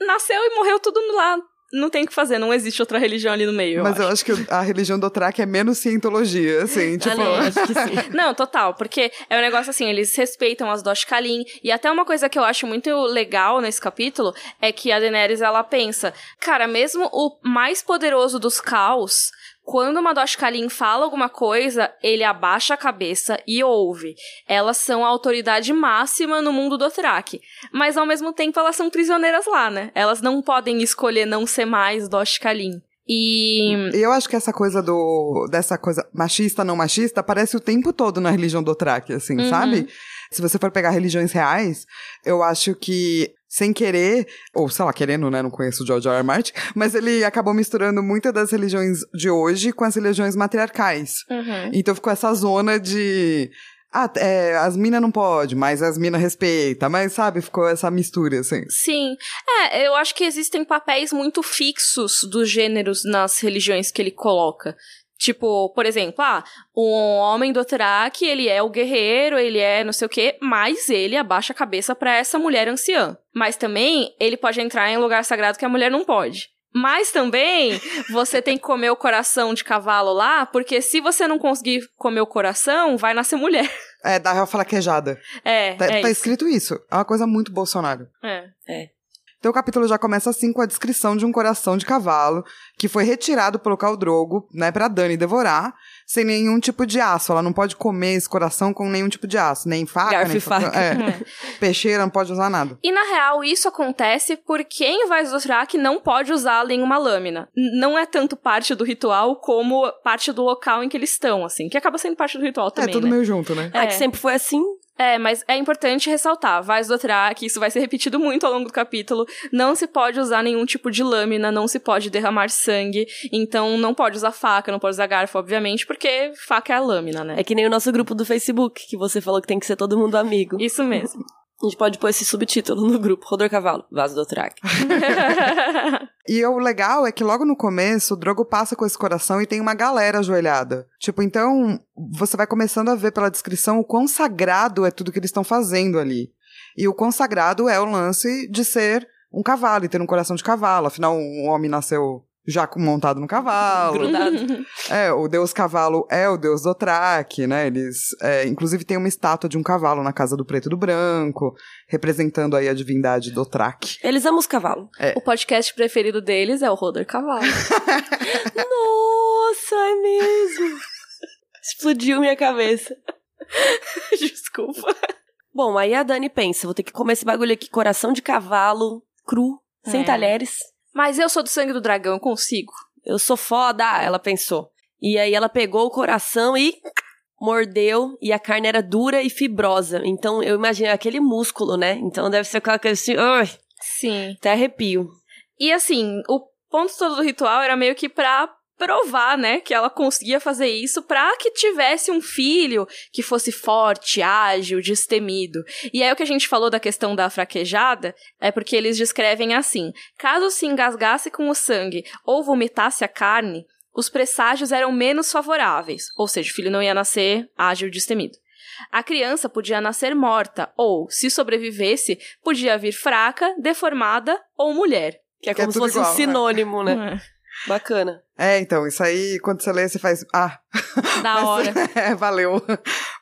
[SPEAKER 1] nasceu e morreu tudo lá não tem o que fazer, não existe outra religião ali no meio.
[SPEAKER 3] Mas
[SPEAKER 1] acho.
[SPEAKER 3] eu acho que a religião do Track é menos cientologia, assim, tipo.
[SPEAKER 2] não, acho que sim.
[SPEAKER 1] Não, total, porque é um negócio assim, eles respeitam as Dosh Kalin, e até uma coisa que eu acho muito legal nesse capítulo é que a Daenerys, ela pensa, cara, mesmo o mais poderoso dos caos, quando uma Dosh Kalin fala alguma coisa, ele abaixa a cabeça e ouve. Elas são a autoridade máxima no mundo do Thrak. Mas ao mesmo tempo elas são prisioneiras lá, né? Elas não podem escolher não ser mais Dosh Kalin. E
[SPEAKER 3] Eu acho que essa coisa do. dessa coisa machista, não machista, aparece o tempo todo na religião do Track, assim,
[SPEAKER 1] Uhum.
[SPEAKER 3] sabe? Se você for pegar religiões reais, eu acho que. Sem querer, ou sei lá, querendo, né? Não conheço o George R. R. Martin, mas ele acabou misturando muitas das religiões de hoje com as religiões matriarcais. Então ficou essa zona de. Ah, é, as minas não pode, mas as minas respeita, mas sabe? Ficou essa mistura, assim.
[SPEAKER 1] Sim. É, eu acho que existem papéis muito fixos dos gêneros nas religiões que ele coloca. Tipo, por exemplo, ah, o homem do Traque, ele é o guerreiro, ele é não sei o quê, mas ele abaixa a cabeça pra essa mulher anciã. Mas também ele pode entrar em lugar sagrado que a mulher não pode. Mas também você tem que comer o coração de cavalo lá, porque se você não conseguir comer o coração, vai nascer mulher.
[SPEAKER 3] É, dá uma flaquejada.
[SPEAKER 1] É,
[SPEAKER 3] Tá,
[SPEAKER 1] é
[SPEAKER 3] tá
[SPEAKER 1] isso.
[SPEAKER 3] escrito isso. É uma coisa muito Bolsonaro.
[SPEAKER 1] É.
[SPEAKER 3] Então o capítulo já começa assim com a descrição de um coração de cavalo que foi retirado pelo Caldrogo, né, pra Dani devorar, sem nenhum tipo de aço. Ela não pode comer esse coração com nenhum tipo de aço, nem faca,
[SPEAKER 2] Garfo
[SPEAKER 3] nem
[SPEAKER 2] e faca.
[SPEAKER 3] É,
[SPEAKER 1] É.
[SPEAKER 3] peixeira não pode usar nada.
[SPEAKER 1] E na real, isso acontece porque em Vais do Thrak não pode usá-la em uma lâmina. N- Não é tanto parte do ritual como parte do local em que eles estão, assim. Que acaba sendo parte do ritual também.
[SPEAKER 3] é tudo
[SPEAKER 1] né?
[SPEAKER 3] meio junto, né?
[SPEAKER 2] Ah,
[SPEAKER 1] É.
[SPEAKER 2] que sempre foi assim?
[SPEAKER 1] É, mas é importante ressaltar: Vais do Thrak, isso vai ser repetido muito ao longo do capítulo. Não se pode usar nenhum tipo de lâmina, não se pode derramar sangue. Então não pode usar faca, não pode usar garfo, obviamente, porque faca é a lâmina, né?
[SPEAKER 2] É que nem o nosso grupo do Facebook, que você falou que tem que ser todo mundo amigo.
[SPEAKER 1] Isso mesmo.
[SPEAKER 2] A gente pode pôr esse subtítulo no grupo, Rodor Cavalo, Vaso do Track.
[SPEAKER 3] E o legal é que logo no começo, o Drogo passa com esse coração e tem uma galera ajoelhada. Tipo, então, você vai começando a ver pela descrição o quão sagrado é tudo que eles estão fazendo ali. E o quão sagrado é o lance de ser um cavalo e ter um coração de cavalo. Afinal, um homem nasceu já com- montado no cavalo.
[SPEAKER 2] Grudado.
[SPEAKER 3] É, o deus cavalo é o deus Dothraki, né? Eles, é, inclusive, tem uma estátua de um cavalo na casa do preto e do branco, representando aí a divindade Dothraki.
[SPEAKER 2] Eles amam os cavalos.
[SPEAKER 1] o podcast preferido deles é o Roder Cavalo.
[SPEAKER 2] Nossa, é mesmo. Explodiu minha cabeça.
[SPEAKER 1] Desculpa.
[SPEAKER 2] Bom, aí a Dani pensa, vou ter que comer esse bagulho aqui, coração de cavalo, cru, sem
[SPEAKER 1] É.
[SPEAKER 2] talheres.
[SPEAKER 1] Mas eu sou do sangue do dragão, eu consigo.
[SPEAKER 2] Eu sou foda, ela pensou. E aí ela pegou o coração e mordeu, e a carne era dura e fibrosa. Então eu imaginei aquele músculo, né? Então deve ser aquela coisa assim, ai,
[SPEAKER 1] Sim.
[SPEAKER 2] até arrepio.
[SPEAKER 1] E assim, o ponto todo do ritual era meio que pra provar, né, que ela conseguia fazer isso pra que tivesse um filho que fosse forte, ágil, destemido. E aí o que a gente falou da questão da fraquejada é porque eles descrevem assim: caso se engasgasse com o sangue ou vomitasse a carne, os presságios eram menos favoráveis, ou seja, o filho não ia nascer ágil e destemido. A criança podia nascer morta, ou, se sobrevivesse, podia vir fraca, deformada ou mulher.
[SPEAKER 2] Que é
[SPEAKER 3] Que é
[SPEAKER 2] como se
[SPEAKER 3] tudo
[SPEAKER 2] fosse
[SPEAKER 3] igual,
[SPEAKER 2] um
[SPEAKER 3] né?
[SPEAKER 2] sinônimo, né? Bacana.
[SPEAKER 3] É, então, isso aí, quando você lê, você faz. Ah,
[SPEAKER 1] Da hora.
[SPEAKER 3] é, valeu.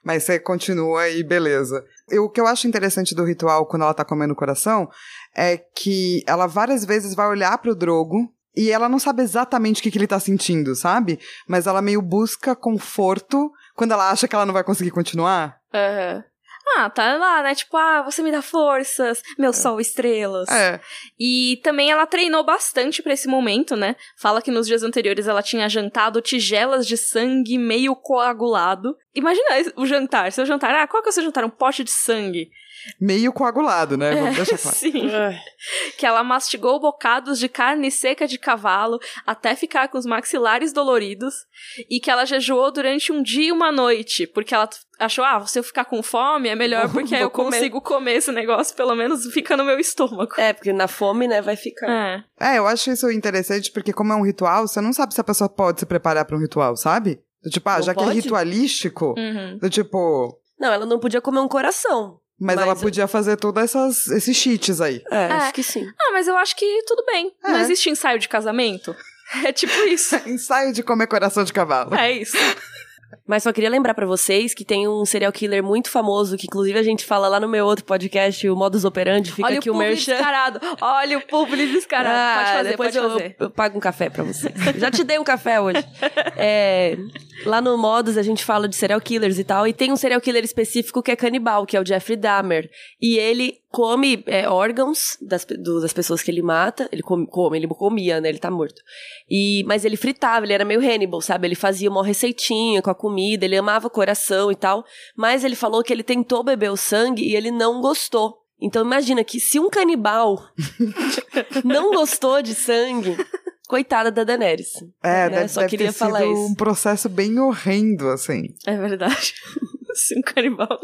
[SPEAKER 3] Mas você continua e beleza. E o que eu acho interessante do ritual quando ela tá comendo o coração é que ela várias vezes vai olhar pro drogo e ela não sabe exatamente o que, que ele tá sentindo, sabe? Mas ela meio busca conforto quando ela acha que ela não vai conseguir continuar.
[SPEAKER 1] Aham. Ah, tá lá, né? Tipo, ah, você me dá forças, meu sol, estrelas.
[SPEAKER 3] É.
[SPEAKER 1] E também ela treinou bastante pra esse momento, né? Fala que nos dias anteriores ela tinha jantado tigelas de sangue meio coagulado. Imagina esse- o jantar, seu jantar. Ah, qual que é o seu jantar? Um pote de sangue.
[SPEAKER 3] Meio coagulado, né? Vamos deixar claro.
[SPEAKER 1] Sim. Que ela mastigou bocados de carne seca de cavalo até ficar com os maxilares doloridos. E que ela jejuou durante um dia e uma noite. Porque ela t- achou, ah, se eu ficar com fome é melhor
[SPEAKER 2] Vou-
[SPEAKER 1] porque
[SPEAKER 2] vou
[SPEAKER 1] eu
[SPEAKER 2] comer.
[SPEAKER 1] consigo comer esse negócio, pelo menos fica no meu estômago.
[SPEAKER 2] É, porque na fome, né, vai ficar.
[SPEAKER 1] É.
[SPEAKER 3] É, eu acho isso interessante porque, como é um ritual, você não sabe se a pessoa pode se preparar pra um ritual, sabe? Do Tipo, ah,
[SPEAKER 2] Não
[SPEAKER 3] já que é
[SPEAKER 2] pode?
[SPEAKER 3] ritualístico,
[SPEAKER 1] Uhum.
[SPEAKER 3] do tipo,
[SPEAKER 2] Não, ela não podia comer um coração.
[SPEAKER 3] Mas, ela
[SPEAKER 2] Mas-
[SPEAKER 3] podia fazer todos essas, esses cheats aí.
[SPEAKER 2] É, acho que sim.
[SPEAKER 1] Ah, mas eu acho que tudo bem.
[SPEAKER 3] É.
[SPEAKER 1] Não existe ensaio de casamento. É tipo isso.
[SPEAKER 3] Ensaio de comer coração de cavalo.
[SPEAKER 1] É isso.
[SPEAKER 2] Mas só queria lembrar pra vocês que tem um serial killer muito famoso, que inclusive a gente fala lá no meu outro podcast, o Modus Operandi, fica
[SPEAKER 1] Olha
[SPEAKER 2] aqui
[SPEAKER 1] o
[SPEAKER 2] o
[SPEAKER 1] publi
[SPEAKER 2] merchan.
[SPEAKER 1] descarado. Olha o publi descarado.
[SPEAKER 2] Ah,
[SPEAKER 1] pode fazer,
[SPEAKER 2] depois
[SPEAKER 1] pode
[SPEAKER 2] eu,
[SPEAKER 1] fazer.
[SPEAKER 2] eu pago um café pra você. Já te dei um café hoje. É, lá no Modus a gente fala de serial killers e tal, e tem um serial killer específico que é canibal, que é o Jeffrey Dahmer. E ele come é, órgãos das, pe- do- das pessoas que ele mata. Ele come, come, ele comia, né? Ele tá morto. E, mas ele fritava, ele era meio Hannibal, sabe? Ele fazia uma receitinha com a comida, ele amava o coração e tal. Mas ele falou que ele tentou beber o sangue e ele não gostou. Então imagina que se um canibal não gostou de sangue, coitada da Daenerys.
[SPEAKER 3] É,
[SPEAKER 1] né,
[SPEAKER 2] Eu
[SPEAKER 3] deve,
[SPEAKER 2] só
[SPEAKER 3] deve
[SPEAKER 2] queria
[SPEAKER 3] ter
[SPEAKER 2] falar
[SPEAKER 3] sido
[SPEAKER 2] isso.
[SPEAKER 3] um processo bem horrendo, assim.
[SPEAKER 1] É verdade. Sim, um canibal.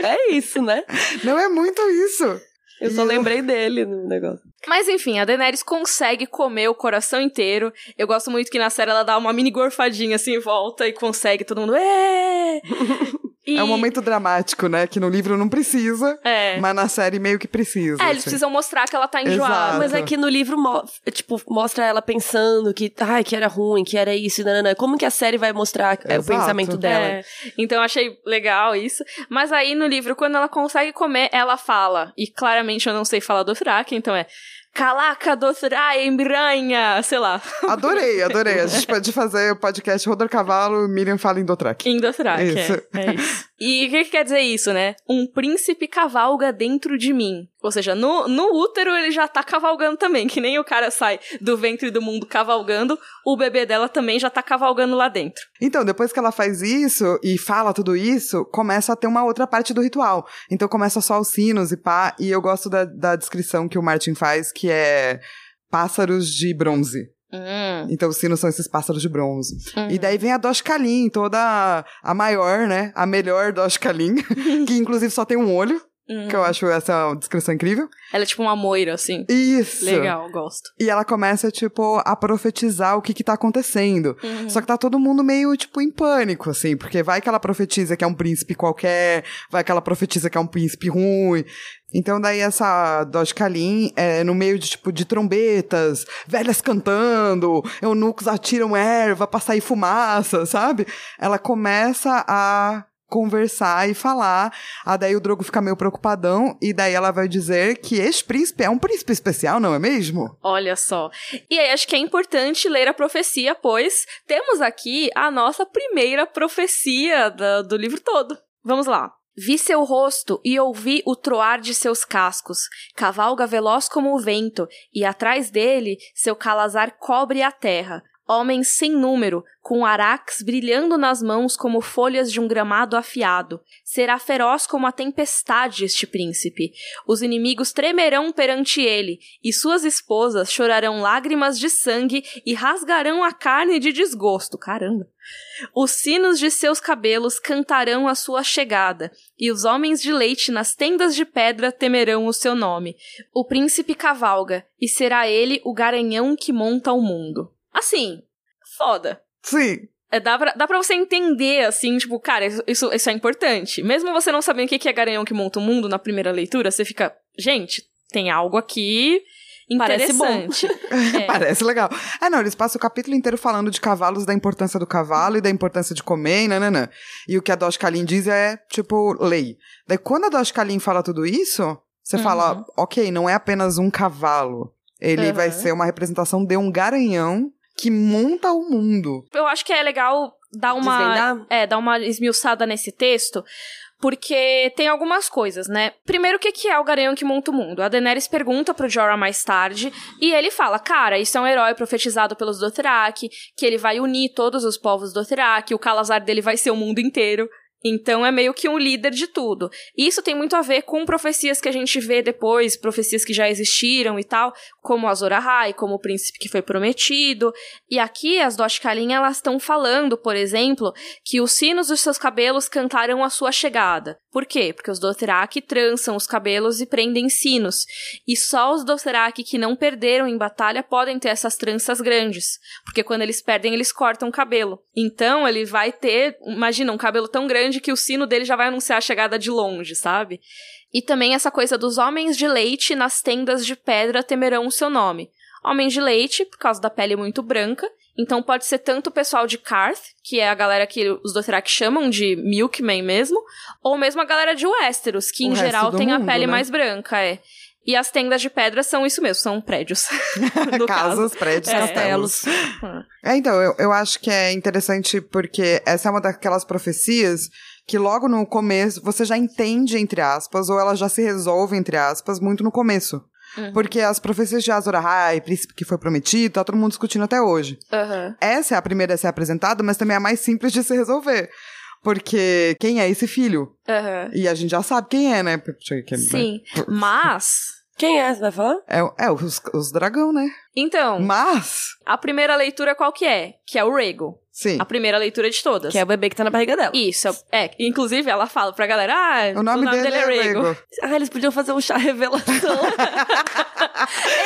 [SPEAKER 2] É isso, né?
[SPEAKER 3] Não é muito isso.
[SPEAKER 2] Eu só
[SPEAKER 3] E-
[SPEAKER 2] lembrei dele no negócio.
[SPEAKER 1] Mas enfim, a Daenerys consegue comer o coração inteiro. Eu gosto muito que na série ela dá uma mini gorfadinha assim em volta e consegue todo mundo. "Ê!" E-
[SPEAKER 3] É um momento dramático, né? Que no livro não precisa,
[SPEAKER 1] É.
[SPEAKER 3] mas na série meio que precisa.
[SPEAKER 1] É,
[SPEAKER 3] assim.
[SPEAKER 1] eles precisam mostrar que ela tá
[SPEAKER 3] Exato.
[SPEAKER 1] enjoada.
[SPEAKER 2] Mas aqui no livro, mo- tipo, mostra ela pensando que, ai, que era ruim, que era isso e nananã. Como que a série vai mostrar é, o
[SPEAKER 3] Exato.
[SPEAKER 2] pensamento dela?
[SPEAKER 1] É, então eu achei legal isso. Mas aí no livro, quando ela consegue comer, ela fala. E claramente eu não sei falar Dothraki, então é. Calaca, Dothraki, embranha! Sei lá,
[SPEAKER 3] Adorei, adorei. A gente pode fazer o podcast Rodor Cavalo, Miriam fala em Dothraki.
[SPEAKER 1] em Dothraki. é.
[SPEAKER 3] Isso.
[SPEAKER 1] É, isso. E o que, que quer dizer isso, né? Um príncipe cavalga dentro de mim. Ou seja, no, no útero ele já tá cavalgando também. Que nem o cara sai do ventre do mundo cavalgando, o bebê dela também já tá cavalgando lá dentro.
[SPEAKER 3] Então, depois que ela faz isso e fala tudo isso, começa a ter uma outra parte do ritual. Então começa só os sinos e pá. E eu gosto da, da descrição que o Martin faz, que é pássaros de bronze.
[SPEAKER 1] Hum.
[SPEAKER 3] Então os sinos são esses pássaros de bronze.
[SPEAKER 1] Uhum.
[SPEAKER 3] E daí vem a Dosh Kalin, toda a maior, né? A melhor Dosh Kalin, que inclusive só tem um olho,
[SPEAKER 1] Hum.
[SPEAKER 3] que eu acho essa descrição incrível.
[SPEAKER 1] Ela é tipo uma moira, assim.
[SPEAKER 3] Isso!
[SPEAKER 1] Legal, gosto.
[SPEAKER 3] E ela começa, tipo, a profetizar o que que tá acontecendo. Só que tá todo mundo meio, tipo, em pânico, assim, porque vai que ela profetiza que é um príncipe qualquer, vai que ela profetiza que é um príncipe ruim. Então daí essa Doge Kalin é no meio de, tipo, de trombetas, velhas cantando, eunucos atiram erva pra sair fumaça, sabe? Ela começa a conversar e falar, ah, daí o Drogo fica meio preocupadão, e daí ela vai dizer que este príncipe é um príncipe especial, não é mesmo?
[SPEAKER 1] Olha só. E aí, acho que é importante ler a profecia, pois temos aqui a nossa primeira profecia da- do livro todo. Vamos lá. Vi seu rosto e ouvi o troar de seus cascos. Cavalga veloz como o vento, e atrás dele seu calazar cobre a terra. Homens sem número, com araques brilhando nas mãos como folhas de um gramado afiado. Será feroz como a tempestade este príncipe. Os inimigos tremerão perante ele, e suas esposas chorarão lágrimas de sangue e rasgarão a carne de desgosto. Caramba! Os sinos de seus cabelos cantarão a sua chegada, e os homens de leite nas tendas de pedra temerão o seu nome. O príncipe cavalga, e será ele o garanhão que monta o mundo. Assim, foda.
[SPEAKER 3] Sim.
[SPEAKER 1] É, dá, pra, dá pra você entender, assim, tipo, cara, isso- isso, isso é importante. Mesmo você não sabendo o que que é Garanhão que monta o mundo na primeira leitura, você fica, gente, tem algo aqui
[SPEAKER 2] Parece bom.
[SPEAKER 1] interessante. É.
[SPEAKER 3] Parece legal. Ah, não, eles passam o capítulo inteiro falando de cavalos, da importância do cavalo e da importância de comer, e nananã. E o que a Dosh Kalin diz é, tipo, lei. Daí quando a Dosh Kalin fala tudo isso, você
[SPEAKER 1] Uhum.
[SPEAKER 3] fala, ok, não é apenas um cavalo. Ele
[SPEAKER 1] Uhum.
[SPEAKER 3] vai ser uma representação de um garanhão que monta o mundo.
[SPEAKER 1] Eu acho que é legal dar uma.
[SPEAKER 2] Desvendar?
[SPEAKER 1] É, dar uma esmiuçada nesse texto. Porque tem algumas coisas, né? Primeiro, o que que é o Garanhão que monta o mundo? A Daenerys pergunta pro Jorah mais tarde, e ele fala, cara, isso é um herói profetizado pelos Dothraki, que ele vai unir todos os povos Dothraki, o Calazar dele vai ser o mundo inteiro. Então é meio que um líder de tudo. E Isso tem muito a ver com profecias que a gente vê depois, profecias que já existiram e tal, como Azor Ahai, como o príncipe que foi prometido. E aqui as Dosh Kalin, elas estão falando, por exemplo, que os sinos dos seus cabelos cantaram a sua chegada. Por quê? Porque os Dothraki trançam os cabelos e prendem sinos. E só os Dothraki que não perderam em batalha podem ter essas tranças grandes. Porque quando eles perdem, eles cortam o cabelo. Então ele vai ter, imagina, um cabelo tão grande grande que o sino dele já vai anunciar a chegada de longe, sabe? E também essa coisa dos homens de leite nas tendas de pedra temerão o seu nome. Homens de leite, por causa da pele muito branca, então pode ser tanto o pessoal de Karth, que é a galera que os Dothraki chamam de Milkman mesmo, ou mesmo a galera de Westeros, que
[SPEAKER 3] O
[SPEAKER 1] em
[SPEAKER 3] resto
[SPEAKER 1] geral
[SPEAKER 3] do
[SPEAKER 1] tem a
[SPEAKER 3] mundo,
[SPEAKER 1] pele
[SPEAKER 3] né?
[SPEAKER 1] mais branca, é. E as tendas de pedra são isso mesmo, são prédios. no caso.
[SPEAKER 3] Casas, prédios,
[SPEAKER 1] É.
[SPEAKER 2] um
[SPEAKER 3] castelos.
[SPEAKER 1] Ah.
[SPEAKER 3] É, então, eu, eu acho que é interessante porque essa é uma daquelas profecias que logo no começo você já entende, entre aspas, ou ela já se resolve, entre aspas, muito no começo.
[SPEAKER 1] Uhum.
[SPEAKER 3] Porque as profecias de Azor Ahai, príncipe que foi prometido, tá todo mundo discutindo até hoje.
[SPEAKER 1] Aham.
[SPEAKER 3] Essa é a primeira a ser apresentada, mas também é a mais simples de se resolver. Porque quem é esse filho?
[SPEAKER 1] Aham.
[SPEAKER 3] E a gente já sabe quem é, né? Porque- que-
[SPEAKER 1] Sim. Mas.
[SPEAKER 2] Quem é? Você vai falar?
[SPEAKER 3] É, é os, os dragão, né?
[SPEAKER 1] Então,
[SPEAKER 3] Mas,
[SPEAKER 1] a primeira leitura qual que é? Que é o Rego.
[SPEAKER 3] sim.
[SPEAKER 1] A primeira leitura de todas.
[SPEAKER 2] Que é o bebê que tá na barriga dela.
[SPEAKER 1] Isso, é. é, Inclusive, ela fala pra galera: ah,
[SPEAKER 3] O nome, dele, é Rego.
[SPEAKER 2] Ah, eles podiam fazer um chá revelação.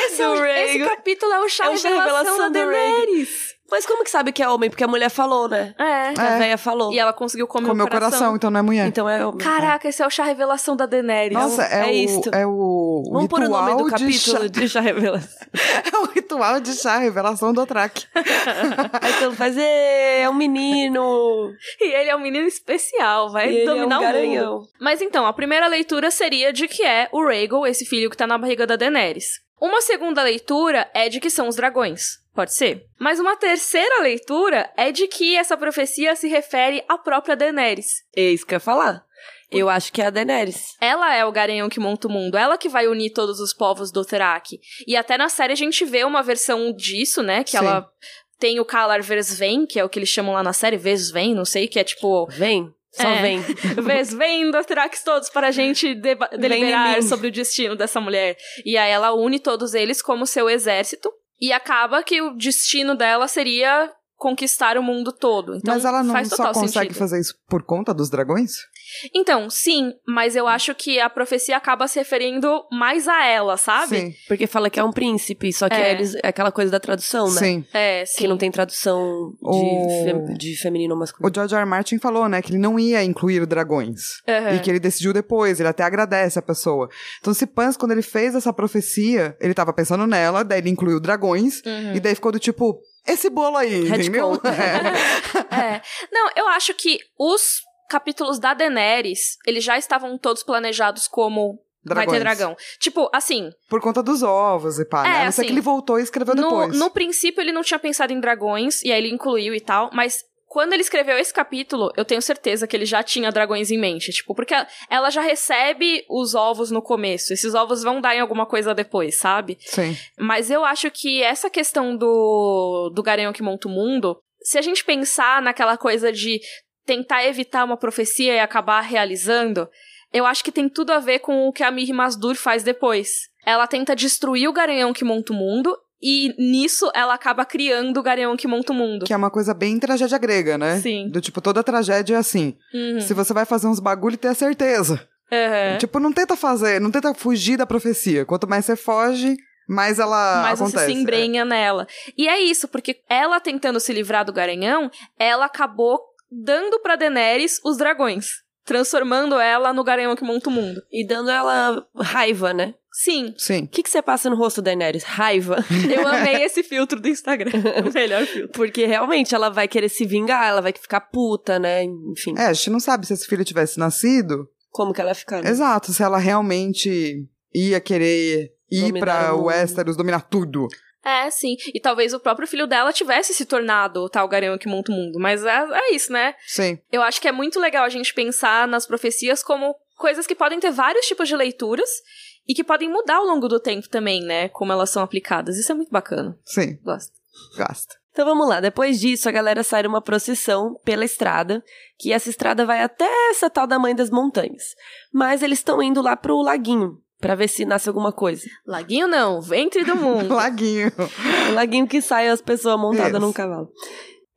[SPEAKER 1] Esse, é o-
[SPEAKER 2] Do
[SPEAKER 1] esse
[SPEAKER 2] Rhaego.
[SPEAKER 1] capítulo é o chá
[SPEAKER 2] É o chá
[SPEAKER 1] revelação, da
[SPEAKER 2] revelação do Rhaego.
[SPEAKER 1] Daenerys.
[SPEAKER 2] Mas como que sabe que é homem? Porque a mulher falou, né?
[SPEAKER 1] É.
[SPEAKER 2] A
[SPEAKER 3] É.
[SPEAKER 2] véia falou.
[SPEAKER 1] E ela conseguiu comer
[SPEAKER 3] Comeu
[SPEAKER 1] o coração.
[SPEAKER 3] então não é mulher.
[SPEAKER 2] Então é homem.
[SPEAKER 1] Caraca, esse é o chá revelação da Daenerys.
[SPEAKER 3] Nossa, é,
[SPEAKER 2] é
[SPEAKER 3] o,
[SPEAKER 2] isto.
[SPEAKER 3] é o
[SPEAKER 2] Vamos pôr o
[SPEAKER 3] ritual
[SPEAKER 2] nome do
[SPEAKER 3] de
[SPEAKER 2] capítulo de chá revelação.
[SPEAKER 3] chá- É o ritual de chá, revelação do Track.
[SPEAKER 2] Aí todo mundo faz, "Ê, é um menino.
[SPEAKER 1] E ele é um menino especial, vai
[SPEAKER 2] E ele é um
[SPEAKER 1] dominar o mundo.
[SPEAKER 2] garanhão.
[SPEAKER 1] Mas então, a primeira leitura seria de que é o Rhaegal, esse filho que tá na barriga da Daenerys. Uma segunda leitura é de que são os dragões. Pode ser. Mas uma terceira leitura é de que essa profecia se refere à própria Daenerys.
[SPEAKER 2] É isso que eu ia falar. Eu acho que é a Daenerys.
[SPEAKER 1] Ela é o garanhão que monta o mundo, ela que vai unir todos os povos do Dothraki. E até na série a gente vê uma versão disso, né? Que
[SPEAKER 3] Sim.
[SPEAKER 1] ela tem o Calar Versven, que é o que eles chamam lá na série, Versven, não sei, que é tipo
[SPEAKER 2] Vem, só
[SPEAKER 1] É.
[SPEAKER 2] vem.
[SPEAKER 1] Vez, vem Dothrax todos para a gente deba-
[SPEAKER 2] Vem em
[SPEAKER 1] deliberar
[SPEAKER 2] mim.
[SPEAKER 1] sobre o destino dessa mulher. E aí ela une todos eles como seu exército. E acaba que o destino dela seria conquistar o mundo todo. Então,
[SPEAKER 3] Mas ela não
[SPEAKER 1] faz
[SPEAKER 3] só
[SPEAKER 1] total
[SPEAKER 3] consegue
[SPEAKER 1] sentido.
[SPEAKER 3] fazer isso por conta dos dragões?
[SPEAKER 1] Então, sim, mas eu acho que a profecia acaba se referindo mais a ela, sabe?
[SPEAKER 3] Sim,
[SPEAKER 2] Porque fala que é um príncipe, só que
[SPEAKER 1] É.
[SPEAKER 2] eles, é aquela coisa da tradução, né?
[SPEAKER 3] sim.
[SPEAKER 1] É, sim.
[SPEAKER 2] Que não tem tradução de,
[SPEAKER 3] O-
[SPEAKER 2] fe- de feminino ou masculino.
[SPEAKER 3] O George R. R. Martin falou, né, que ele não ia incluir dragões.
[SPEAKER 1] Aham.
[SPEAKER 3] E que ele decidiu depois, ele até agradece a pessoa. Então, se Pans, quando ele fez essa profecia, ele tava pensando nela, daí ele incluiu dragões,
[SPEAKER 1] Uhum.
[SPEAKER 3] e daí ficou do tipo, esse bolo aí,
[SPEAKER 2] Red
[SPEAKER 3] entendeu?
[SPEAKER 2] Coat.
[SPEAKER 3] É.
[SPEAKER 1] É. Não, eu acho que os capítulos da Daenerys, eles já estavam todos planejados como vai ter
[SPEAKER 3] Dragões.
[SPEAKER 1] dragão. Tipo, assim,
[SPEAKER 3] Por conta dos ovos e pá,
[SPEAKER 1] É,
[SPEAKER 3] né? A não ser
[SPEAKER 1] assim,
[SPEAKER 3] que ele voltou e escreveu
[SPEAKER 1] No,
[SPEAKER 3] depois.
[SPEAKER 1] no princípio, ele não tinha pensado em dragões, e aí ele incluiu e tal, mas quando ele escreveu esse capítulo, eu tenho certeza que ele já tinha dragões em mente. Tipo, porque ela já recebe os ovos no começo. Esses ovos vão dar em alguma coisa depois, sabe?
[SPEAKER 3] Sim.
[SPEAKER 1] Mas eu acho que essa questão do, do garanhão que monta o mundo, se a gente pensar naquela coisa de tentar evitar uma profecia e acabar realizando, eu acho que tem tudo a ver com o que a Mir Mazdur faz depois. Ela tenta destruir o garanhão que monta o mundo e nisso ela acaba criando o garanhão que monta o mundo.
[SPEAKER 3] Que é uma coisa bem tragédia grega, né?
[SPEAKER 1] Sim.
[SPEAKER 3] Do tipo, toda tragédia é assim.
[SPEAKER 1] Uhum.
[SPEAKER 3] Se você vai fazer uns bagulho, tenha certeza.
[SPEAKER 1] Uhum.
[SPEAKER 3] Tipo, não tenta fazer, não tenta fugir da profecia. Quanto mais você foge, mais ela
[SPEAKER 1] mas
[SPEAKER 3] Ah, acontece. é.
[SPEAKER 1] você se embrenha nela. E é isso, porque ela tentando se livrar do garanhão, ela acabou dando pra Daenerys os dragões, transformando ela no garanhão que monta o mundo.
[SPEAKER 2] E dando ela raiva, né?
[SPEAKER 1] Sim,
[SPEAKER 3] É. Sim.
[SPEAKER 2] O que, que você passa no rosto, Daenerys? Raiva.
[SPEAKER 1] eu amei esse filtro do Instagram. O melhor filtro.
[SPEAKER 2] Porque realmente ela vai querer se vingar, ela vai ficar puta, né? Enfim,
[SPEAKER 3] É, a gente não sabe se esse filho tivesse nascido.
[SPEAKER 2] como que ela ia ficar? né?
[SPEAKER 3] Exato, se ela realmente ia querer ir
[SPEAKER 2] Dominar
[SPEAKER 3] pra
[SPEAKER 2] o mundo.
[SPEAKER 3] Westeros, dominar tudo.
[SPEAKER 1] É, sim. E talvez o próprio filho dela tivesse se tornado o tal garanhão que monta o mundo. Mas é, é isso, né?
[SPEAKER 3] Sim.
[SPEAKER 1] Eu acho que é muito legal a gente pensar nas profecias como coisas que podem ter vários tipos de leituras e que podem mudar ao longo do tempo também, né? Como elas são aplicadas. Isso é muito bacana.
[SPEAKER 3] Sim,
[SPEAKER 1] Gosto.
[SPEAKER 3] gasta.
[SPEAKER 2] Então vamos lá, depois disso a galera sai numa procissão pela estrada, que essa estrada vai até essa tal da Mãe das Montanhas. Mas eles estão indo lá pro laguinho, pra ver se nasce alguma coisa.
[SPEAKER 1] Laguinho não, ventre do mundo.
[SPEAKER 3] Laguinho.
[SPEAKER 2] O laguinho que sai as pessoas montadas
[SPEAKER 3] Isso.
[SPEAKER 2] num cavalo.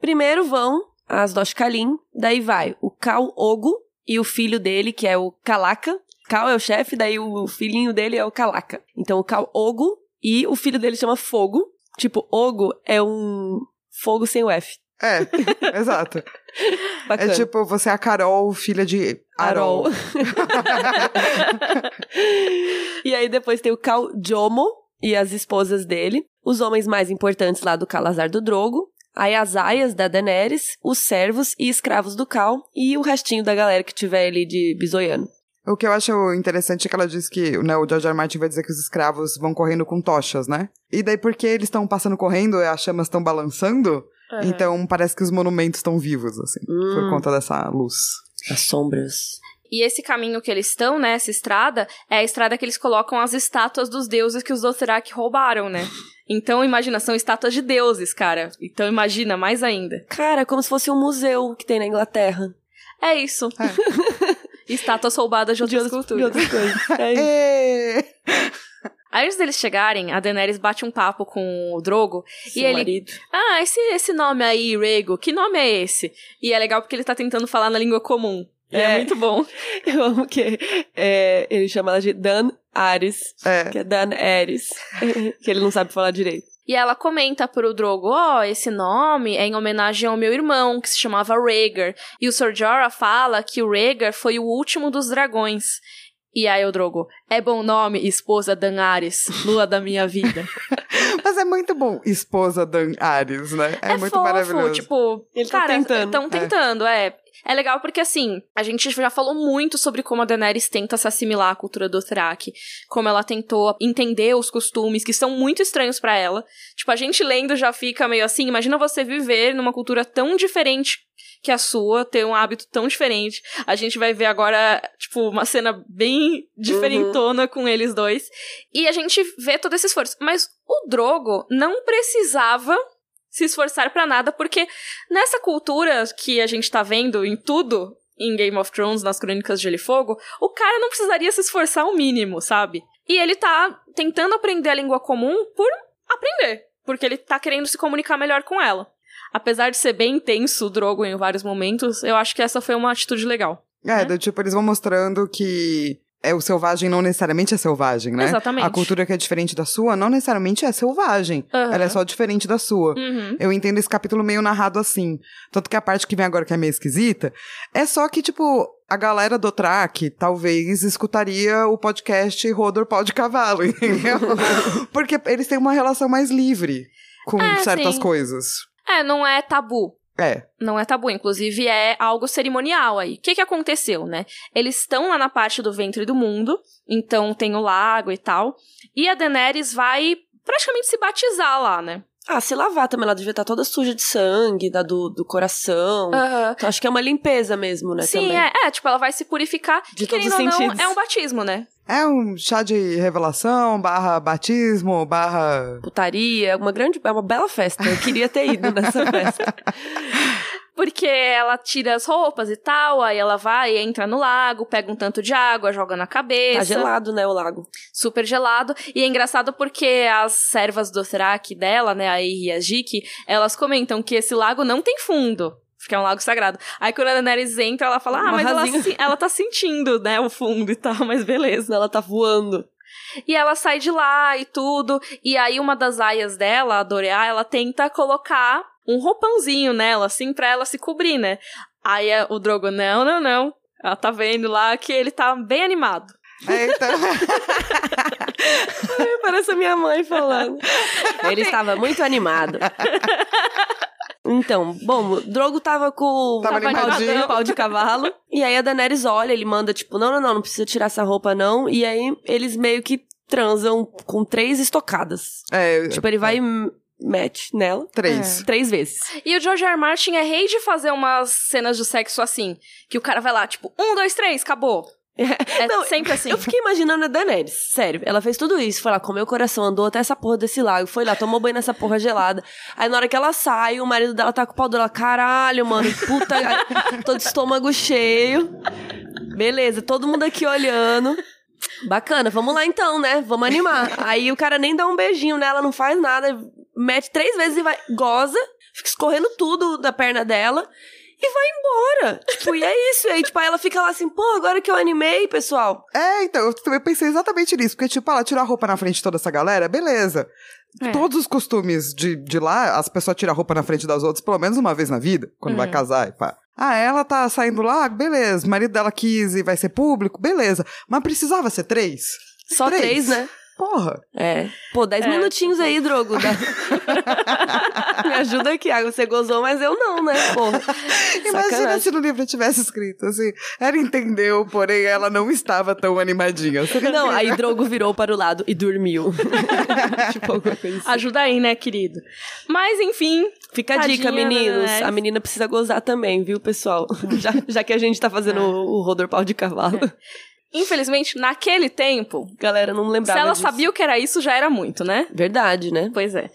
[SPEAKER 2] Primeiro vão as Dosh Kalim, daí vai o Cal Ogo e o filho dele, que é o Calaca. Cal é o chefe, daí o filhinho dele é o Calaca. Então o Cal Ogo e o filho dele chama Fogo. Tipo, Ogo é um fogo sem o F.
[SPEAKER 3] É, exato.
[SPEAKER 2] Bacana.
[SPEAKER 3] É tipo, você é a Carol, filha de Arol.
[SPEAKER 2] Arol. e aí depois tem o Cal Jomo e as esposas dele, os homens mais importantes lá do Calazar do Drogo, aí as aias da Daenerys, os servos e escravos do Cal e o restinho da galera que tiver ali de bisoiano.
[SPEAKER 3] O que eu acho interessante é que ela diz que né, o George R. R. Martin vai dizer que os escravos vão correndo com tochas, né? E daí, porque eles estão passando correndo e as chamas estão balançando, então parece que os monumentos estão vivos, assim,
[SPEAKER 1] Hum.
[SPEAKER 3] por conta dessa luz.
[SPEAKER 2] Hum, As sombras.
[SPEAKER 1] E esse caminho que eles estão, né, essa estrada, é a estrada que eles colocam as estátuas dos deuses que os Dothraki roubaram, né? Então, imagina, são estátuas de deuses, cara. Então, imagina, mais ainda.
[SPEAKER 2] Cara, como se fosse um museu que tem na Inglaterra.
[SPEAKER 1] É isso. É. estátuas roubadas de outras culturas.
[SPEAKER 2] de outras coisas. É isso.
[SPEAKER 3] Ê!
[SPEAKER 1] Aí, antes deles chegarem, a Daenerys bate um papo com o Drogo.
[SPEAKER 2] Seu
[SPEAKER 1] e ele...
[SPEAKER 2] marido.
[SPEAKER 1] Ah, esse, esse nome aí, Rego, que nome é esse? E é legal porque ele tá tentando falar na língua comum. E É,
[SPEAKER 2] É.
[SPEAKER 1] muito bom.
[SPEAKER 2] Eu amo que é, ele chama ela de Dan Ares,
[SPEAKER 3] É.
[SPEAKER 2] que é Dan Ares, que ele não sabe falar direito.
[SPEAKER 1] E ela comenta pro Drogo, ó, esse nome é em homenagem ao meu irmão, que se chamava Rhaegar. E o Sir Jorah fala que o Rhaegar foi o último dos dragões. E aí o Drogo, é bom nome, esposa Danares, lua da minha vida.
[SPEAKER 3] Mas é muito bom, esposa Dan Ares, né? É, muito
[SPEAKER 1] fofo,
[SPEAKER 3] maravilhoso.
[SPEAKER 1] Tipo,
[SPEAKER 2] Eles
[SPEAKER 3] tá
[SPEAKER 2] tão
[SPEAKER 1] cara,
[SPEAKER 2] tentando.
[SPEAKER 1] Estão tentando, é. é. legal porque, assim, a gente já falou muito sobre como a Daenerys tenta se assimilar à cultura do Thrak. Como ela tentou entender os costumes, que são muito estranhos pra ela. Tipo, a gente lendo já fica meio assim, imagina você viver numa cultura tão diferente que a sua, ter um hábito tão diferente. A gente vai ver agora, tipo, uma cena bem diferentona com eles dois. E a gente vê todo esse esforço. Mas o Drogo não precisava se esforçar pra nada, porque nessa cultura que a gente tá vendo em tudo, em Game of Thrones, nas Crônicas de Gelo e Fogo, o cara não precisaria se esforçar o mínimo, sabe? E ele tá tentando aprender a língua comum por aprender, porque ele tá querendo se comunicar melhor com ela. Apesar de ser bem intenso o Drogo em vários momentos, eu acho que essa foi uma atitude legal.
[SPEAKER 3] É, do tipo, eles vão mostrando que é o selvagem não necessariamente é selvagem, né?
[SPEAKER 1] Exatamente.
[SPEAKER 3] A cultura que é diferente da sua não necessariamente é selvagem.
[SPEAKER 1] Aham.
[SPEAKER 3] Ela é só diferente da sua.
[SPEAKER 1] Uhum.
[SPEAKER 3] Eu entendo esse capítulo meio narrado assim. Tanto que a parte que vem agora, que é meio esquisita, é só que, tipo, a galera do Track talvez escutaria o podcast Rodor Pó de Cavalo, entendeu? Porque eles têm uma relação mais livre com
[SPEAKER 1] É,
[SPEAKER 3] certas
[SPEAKER 1] sim.
[SPEAKER 3] coisas.
[SPEAKER 1] É, não é tabu.
[SPEAKER 3] É.
[SPEAKER 1] Não é tabu, inclusive é algo cerimonial aí. O que, que aconteceu, né? Eles estão lá na parte do ventre do mundo, então tem o lago e tal. E a Daenerys vai praticamente se batizar lá, né?
[SPEAKER 2] Ah, se lavar também, ela devia estar toda suja de sangue, da do, do coração.
[SPEAKER 1] Aham.
[SPEAKER 2] Então, acho que é uma limpeza mesmo, né?
[SPEAKER 1] Ah. Sim,
[SPEAKER 2] também.
[SPEAKER 1] é, é, tipo, ela vai se purificar. que,
[SPEAKER 2] De
[SPEAKER 1] querendo
[SPEAKER 2] todos os
[SPEAKER 1] ou não,
[SPEAKER 2] sentidos.
[SPEAKER 1] é um batismo, né?
[SPEAKER 3] É um chá de revelação, barra batismo, barra
[SPEAKER 2] Putaria, é uma grande, é uma bela festa. Eu queria ter ido nessa festa.
[SPEAKER 1] Porque ela tira as roupas e tal, aí ela vai, entra no lago, pega um tanto de água, joga na cabeça.
[SPEAKER 2] Tá gelado, né, o lago.
[SPEAKER 1] super gelado. E é engraçado porque as servas do Dothraki dela, né, a Eir e a Jiki, elas comentam que esse lago não tem fundo. Porque é um lago sagrado. Aí quando a Daenerys entra, ela fala, ah,
[SPEAKER 2] Uma
[SPEAKER 1] mas ela,
[SPEAKER 2] rasinha."
[SPEAKER 1] se- ela tá sentindo, né, o fundo e tal, mas beleza.
[SPEAKER 2] Ela tá voando.
[SPEAKER 1] E ela sai de lá e tudo. E aí uma das aias dela, a Doreá, ela tenta colocar um roupãozinho nela, assim, pra ela se cobrir, né. Aí a- o Drogo, não, não, não. Ela tá vendo lá que ele tá bem animado.
[SPEAKER 3] É, então,
[SPEAKER 2] Parece a minha mãe falando. Ele estava muito animado. Então, bom, o Drogo tava com
[SPEAKER 3] Tava
[SPEAKER 2] com pau, de,
[SPEAKER 3] animadinho.
[SPEAKER 2] pau de cavalo. E aí a Daenerys olha, ele manda tipo, não, não, não, não precisa tirar essa roupa não. E aí eles meio que transam com três estocadas.
[SPEAKER 3] é,
[SPEAKER 2] Tipo, ele vai e m- mete nela
[SPEAKER 3] três.
[SPEAKER 2] três vezes.
[SPEAKER 1] E o George R. R. Martin é rei de fazer umas cenas de sexo assim. Que o cara vai lá, tipo, um, dois, três, acabou. É
[SPEAKER 2] Não,
[SPEAKER 1] sempre assim.
[SPEAKER 2] Eu fiquei imaginando a Daenerys, sério. Ela fez tudo isso, foi lá, comeu o coração, andou até essa porra desse lago, foi lá, tomou banho nessa porra gelada. Aí na hora que ela sai, o marido dela tá com o pau duro, ela, caralho, mano, puta, todo estômago cheio. Beleza, todo mundo aqui olhando. Bacana, vamos lá então, né? Vamos animar. Aí o cara nem dá um beijinho nela, não faz nada, mete três vezes e vai, goza, fica escorrendo tudo da perna dela. e vai embora. Tipo, e é isso. E aí, tipo, aí ela fica lá assim, pô, agora que eu animei, pessoal.
[SPEAKER 3] É, então, eu também pensei exatamente nisso. Porque, tipo, ela tirou a roupa na frente de toda essa galera, beleza.
[SPEAKER 1] É.
[SPEAKER 3] Todos os costumes de, de lá, as pessoas tiram a roupa na frente das outras pelo menos uma vez na vida, quando
[SPEAKER 2] Uhum.
[SPEAKER 3] vai casar e pá. Ah, ela tá saindo lá, beleza. O marido dela quis e vai ser público, beleza. Mas precisava ser três?
[SPEAKER 2] Só três,
[SPEAKER 3] Três.
[SPEAKER 2] né?
[SPEAKER 3] Porra.
[SPEAKER 2] É. Pô, 10
[SPEAKER 1] É.
[SPEAKER 2] minutinhos aí, Drogo. Dá- Me ajuda aqui, ah, você gozou, mas eu não, né? Porra.
[SPEAKER 3] Imagina
[SPEAKER 2] Sacanagem.
[SPEAKER 3] se no livro tivesse escrito assim. Ela entendeu, porém ela não estava tão animadinha. Seria
[SPEAKER 2] Não, aí Drogo virou para o lado e dormiu. tipo, alguma coisa assim.
[SPEAKER 1] Ajuda aí, né, querido? Mas, enfim,
[SPEAKER 2] Fica a dica,
[SPEAKER 1] Tadinha,
[SPEAKER 2] meninos.
[SPEAKER 1] né?
[SPEAKER 2] A menina precisa gozar também, viu, pessoal? Já, já que a gente tá fazendo
[SPEAKER 1] É.
[SPEAKER 2] o, o rodorpau de cavalo.
[SPEAKER 1] infelizmente, naquele tempo,
[SPEAKER 2] Galera, não lembrava
[SPEAKER 1] se ela
[SPEAKER 2] disso.
[SPEAKER 1] sabia o que era isso, já era muito, né?
[SPEAKER 2] Verdade, né?
[SPEAKER 1] Pois é.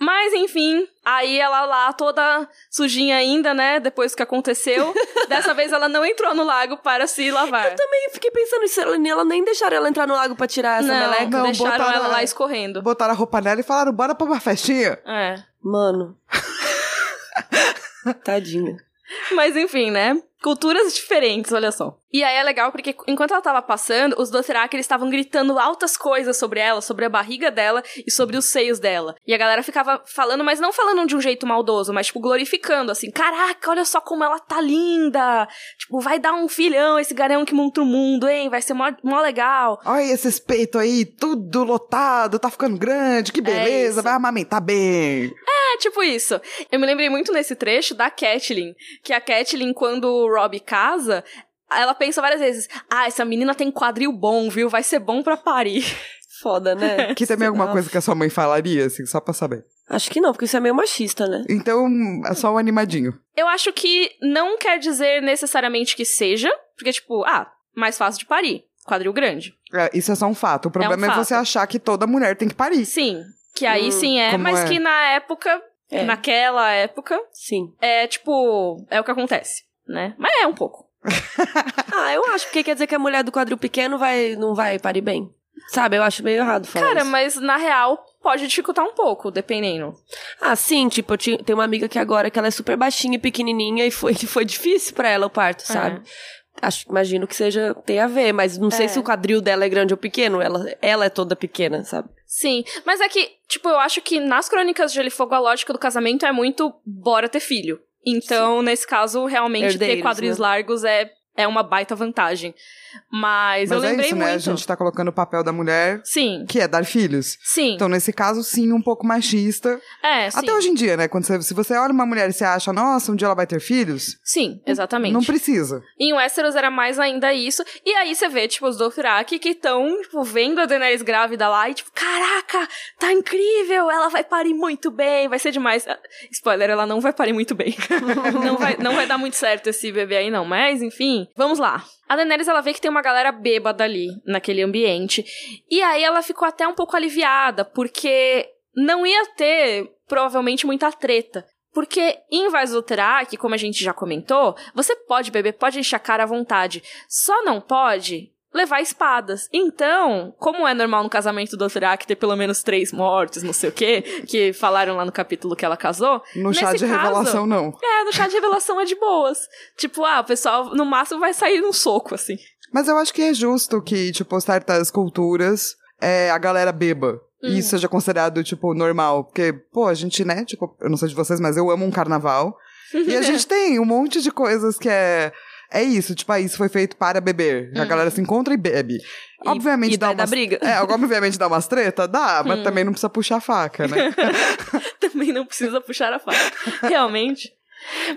[SPEAKER 1] Mas enfim, aí ela lá toda sujinha ainda, né? Depois que aconteceu. Dessa vez ela não entrou no lago para se lavar.
[SPEAKER 2] Eu fiquei pensando, se ela, ela nem deixaram ela entrar no lago pra tirar essa
[SPEAKER 1] não,
[SPEAKER 2] meleca.
[SPEAKER 3] não,
[SPEAKER 1] deixaram
[SPEAKER 3] botaram
[SPEAKER 1] ela
[SPEAKER 3] ela-
[SPEAKER 1] lá escorrendo.
[SPEAKER 3] Botaram a roupa nela e falaram, bora pra uma festinha.
[SPEAKER 1] É.
[SPEAKER 2] Mano. Tadinha.
[SPEAKER 1] Mas enfim, né? Culturas diferentes, olha só. E aí é legal porque enquanto ela tava passando, os Dothraki eles estavam gritando altas coisas sobre ela, sobre a barriga dela e sobre os seios dela. E a galera ficava falando, mas não falando de um jeito maldoso, mas tipo glorificando assim: "Caraca, olha só como ela tá linda! Tipo, vai dar um filhão esse garão que monta o mundo, hein? Vai ser mó, mó legal."
[SPEAKER 3] Olha esses peitos aí, tudo lotado, tá ficando grande, que beleza,
[SPEAKER 1] É isso.
[SPEAKER 3] vai amamentar bem.
[SPEAKER 1] É tipo isso. Eu me lembrei muito nesse trecho da Catelyn, que a Catelyn, quando o Rob casa, ela pensa várias vezes: ah, essa menina tem quadril bom, viu? Vai ser bom pra parir.
[SPEAKER 2] Foda, né?
[SPEAKER 3] Que também é alguma coisa que a sua mãe falaria, assim, só pra saber.
[SPEAKER 2] Acho que não, porque isso é meio machista, né?
[SPEAKER 3] Então, é só um animadinho.
[SPEAKER 1] Eu acho que não quer dizer necessariamente que seja, porque, tipo, ah, mais fácil de parir. Quadril grande.
[SPEAKER 3] É, isso é só um fato. O problema é,
[SPEAKER 1] fato.
[SPEAKER 3] você achar que toda mulher tem que parir.
[SPEAKER 1] Sim. Que aí
[SPEAKER 2] Hum,
[SPEAKER 1] sim é,
[SPEAKER 3] como
[SPEAKER 1] mas
[SPEAKER 3] é?
[SPEAKER 1] que na época,
[SPEAKER 2] É.
[SPEAKER 1] naquela época,
[SPEAKER 2] Sim.
[SPEAKER 1] é tipo, é o que acontece, né? Mas é um pouco.
[SPEAKER 2] Ah, eu acho, porque quer dizer que a mulher do quadril pequeno vai, não vai parir bem. Sabe, eu acho meio errado falar
[SPEAKER 1] Cara,
[SPEAKER 2] isso.
[SPEAKER 1] mas na real pode dificultar um pouco, dependendo.
[SPEAKER 2] Ah, sim, tipo, eu tinha, tenho uma amiga que agora que ela é super baixinha e pequenininha e foi, foi difícil pra ela o parto,
[SPEAKER 1] É.
[SPEAKER 2] sabe? Acho, imagino que seja, tem a ver, mas não sei
[SPEAKER 1] É.
[SPEAKER 2] se o quadril dela é grande ou pequeno, ela, ela é toda pequena, sabe?
[SPEAKER 1] Sim, mas é que, tipo, eu acho que nas crônicas de Gelo e Fogo a lógica do casamento é muito bora ter filho. Então, nesse caso, realmente
[SPEAKER 3] É
[SPEAKER 1] ter
[SPEAKER 2] Herdeiros,
[SPEAKER 1] quadris
[SPEAKER 2] né?
[SPEAKER 1] largos é, é uma baita vantagem. Mas,
[SPEAKER 3] Mas
[SPEAKER 1] eu
[SPEAKER 3] é
[SPEAKER 1] lembrei
[SPEAKER 3] isso,
[SPEAKER 1] muito.
[SPEAKER 3] né? A gente tá colocando o papel da mulher,
[SPEAKER 1] Sim,
[SPEAKER 3] que é dar filhos.
[SPEAKER 1] sim.
[SPEAKER 3] Então, nesse caso, sim, um pouco machista.
[SPEAKER 1] é, sim.
[SPEAKER 3] Até hoje em dia, né? Quando você, se você olha uma mulher e você acha, nossa, um dia ela vai ter filhos,
[SPEAKER 1] Sim, exatamente.
[SPEAKER 3] não precisa.
[SPEAKER 1] Em Westeros era mais ainda isso. E aí você vê, tipo, os Dothraki que estão, tipo, vendo a Daenerys grávida lá e, tipo, caraca, tá incrível, ela vai parir muito bem, vai ser demais. Ah, Spoiler, ela não vai parir muito bem. não, vai, não vai dar muito certo esse bebê aí, não. Mas, enfim, vamos lá. A Daenerys, ela vê que tem uma galera bêbada ali, naquele ambiente. E aí ela ficou até um pouco aliviada, porque não ia ter, provavelmente, muita treta. Porque em Vasotrac, como a gente já comentou, você pode beber, pode encher a cara à vontade. Só não pode levar espadas. Então, como é normal no casamento do Track ter pelo menos três mortos, não sei o quê, que falaram lá no capítulo que ela casou,
[SPEAKER 3] No chá
[SPEAKER 1] Nesse
[SPEAKER 3] de
[SPEAKER 1] caso-
[SPEAKER 3] revelação, não.
[SPEAKER 1] é, no chá de revelação é de boas. Tipo, ah, o pessoal no máximo vai sair num soco, assim.
[SPEAKER 3] Mas eu acho que é justo que, tipo, certas culturas, é, a galera beba.
[SPEAKER 1] Uhum.
[SPEAKER 2] Hum.
[SPEAKER 3] E isso seja considerado, tipo, normal. Porque, pô, a gente, né? Tipo, eu não sei de vocês, mas eu amo um carnaval. E a gente tem um monte de coisas que é. É isso, tipo, ah, isso foi feito para beber. A galera se encontra e bebe.
[SPEAKER 2] Hum. E-
[SPEAKER 3] obviamente
[SPEAKER 2] e
[SPEAKER 3] dá
[SPEAKER 2] vai dar
[SPEAKER 3] umas.
[SPEAKER 2] briga. Hum.
[SPEAKER 3] É, obviamente dá umas treta? Dá, mas também não precisa puxar a faca, né?
[SPEAKER 1] Também não precisa puxar a faca. Realmente.